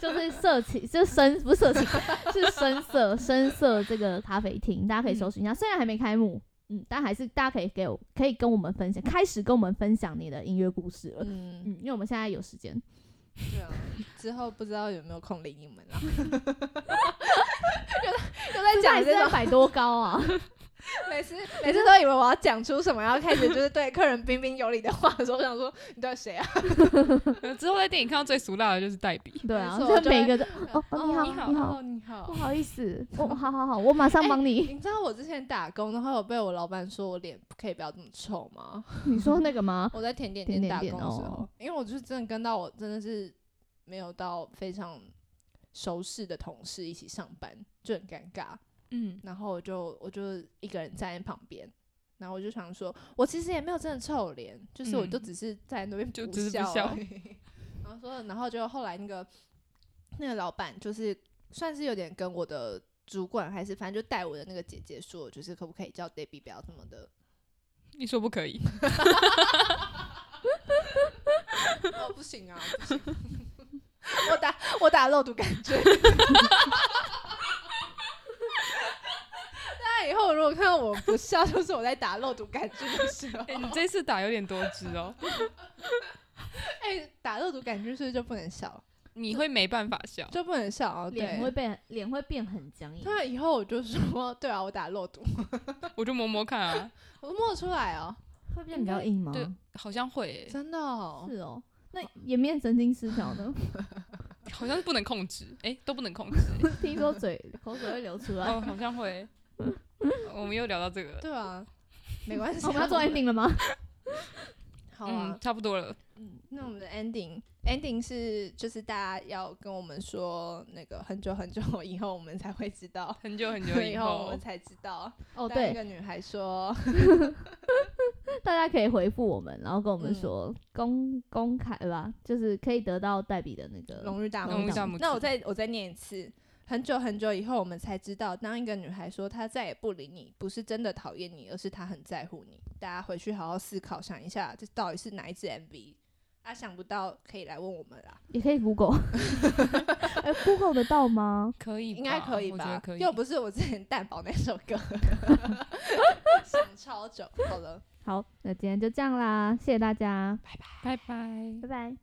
Speaker 3: 就是色情， <laughs> 就是深不是色情，是深色深色这个咖啡厅，大家可以搜寻一下。虽然还没开幕，嗯，但还是大家可以给我可以跟我们分享，开始跟我们分享你的音乐故事了。
Speaker 2: <laughs>
Speaker 1: 嗯，
Speaker 3: 嗯，因为我们现在有时间，
Speaker 1: 对啊，之后不知道有没有空领你们
Speaker 2: <laughs>
Speaker 1: 啊？又在又在
Speaker 3: 讲
Speaker 1: 讲
Speaker 3: 是
Speaker 1: 这
Speaker 3: 在
Speaker 1: 种，
Speaker 3: 摆多高啊？
Speaker 1: <laughs> 每次每次都以为我要讲出什么，要开始就是对客人彬彬有礼的话的时候，我想说你对谁啊？
Speaker 2: 呃之后在电影看到最俗辣的就是黛比。
Speaker 3: 对啊，
Speaker 1: 没错
Speaker 3: 就每个都
Speaker 1: <laughs>
Speaker 3: 哦哦，
Speaker 1: 哦
Speaker 3: 你好，
Speaker 2: 你好
Speaker 3: 你好，
Speaker 1: 哦，你好
Speaker 3: 不好意 <laughs> 思，哦，好好好，我马上帮你。 <laughs>
Speaker 1: 你知道我之前打工，然后有被我老板说我脸可以不要这么臭吗？ <laughs>
Speaker 3: 你说那个吗？
Speaker 1: 我在甜点
Speaker 3: 甜
Speaker 1: 店
Speaker 3: 点
Speaker 1: 打工
Speaker 3: 店
Speaker 1: 的时
Speaker 3: 哦
Speaker 1: 候，因为我就是真的跟到我真的是没有到非常熟识的同事一起上班，就很尴尬。
Speaker 2: 嗯，
Speaker 1: 然后我就我就一个人站在旁边，然后我就想说，我其实也没有真的臭脸，就是我就
Speaker 2: 嗯
Speaker 1: 只是在那边
Speaker 2: 就
Speaker 1: 不
Speaker 2: 只是不
Speaker 1: 笑
Speaker 2: 笑
Speaker 1: 而已 <laughs> 然后说，然后就后来那个那个老板就是算是有点跟我的主管还是反正就带我的那个姐姐说，就是可不可以叫 Debbie 不要这么的，
Speaker 2: 你说不
Speaker 1: <laughs>
Speaker 2: 可以？
Speaker 1: 哦不行啊，不行 <laughs> 我打我打漏读感觉。大家以后如果看到我不笑，就是我在打漏读感觉的时候。 <laughs>
Speaker 2: 哎，你这次打有点多汁哦。
Speaker 1: 哎、打肉毒杆菌是不是就不能笑？
Speaker 2: 你会没办法笑。
Speaker 1: 就不能笑哦，
Speaker 3: <laughs> 脸会
Speaker 1: 对。
Speaker 3: 变脸会变很僵硬。
Speaker 1: 对啊，以后我就说，对啊，我打肉毒，
Speaker 2: 我就摸摸看啊，
Speaker 1: 我摸出来哦，
Speaker 3: 会变比较硬吗？
Speaker 2: 对好像会耶、
Speaker 1: 真的哦，
Speaker 3: 是哦。那颜面神经失调呢？
Speaker 2: 好像是不能控制，
Speaker 1: <laughs>
Speaker 2: 哎、都不能控制耶、
Speaker 3: 听说嘴口水会流出来。
Speaker 2: 哦， <laughs> 好像会耶、我们又聊到这个了，
Speaker 1: 对
Speaker 3: <laughs>
Speaker 1: 啊，没关系啊，
Speaker 3: 我们要做 ending 了吗？
Speaker 1: 好啊
Speaker 2: 嗯，，差不多了。
Speaker 1: 那我们的 ending ending 是就是大家要跟我们说那个很久很久以后我们才会知道，
Speaker 2: 很久 <laughs> 很久以
Speaker 1: <laughs> 以后我
Speaker 2: 后
Speaker 1: 们，才知道。
Speaker 3: 哦，
Speaker 1: 当一
Speaker 3: 对，
Speaker 1: 个女孩说，
Speaker 3: 大家可以回复我们，然后跟我们
Speaker 1: 嗯
Speaker 3: 说、公公开呃吧，就是可以得到黛比的那个。
Speaker 1: 荣誉呃大拇
Speaker 3: 荣誉
Speaker 1: 指
Speaker 2: 大拇指
Speaker 1: 那我再我再念一次。很久很久以后，我们才知道，当一个女孩说她再也不理你，不是真的讨厌你，而是她很在乎你。大家回去好好思考，想一下，这到底是哪一支 MV？啊，想不到可以来问我们啦，
Speaker 3: 也可以 Google，哎、g o o g l e 得到吗？
Speaker 2: 可以吧，
Speaker 1: 应该可以
Speaker 2: 我觉
Speaker 1: 吧
Speaker 2: 得？可以。
Speaker 1: 又不是我之前蛋堡那首
Speaker 2: <laughs>
Speaker 1: 歌，想超久。好了。
Speaker 3: 好，那今天就这样啦，谢谢大家，
Speaker 2: 拜拜。
Speaker 3: 拜拜。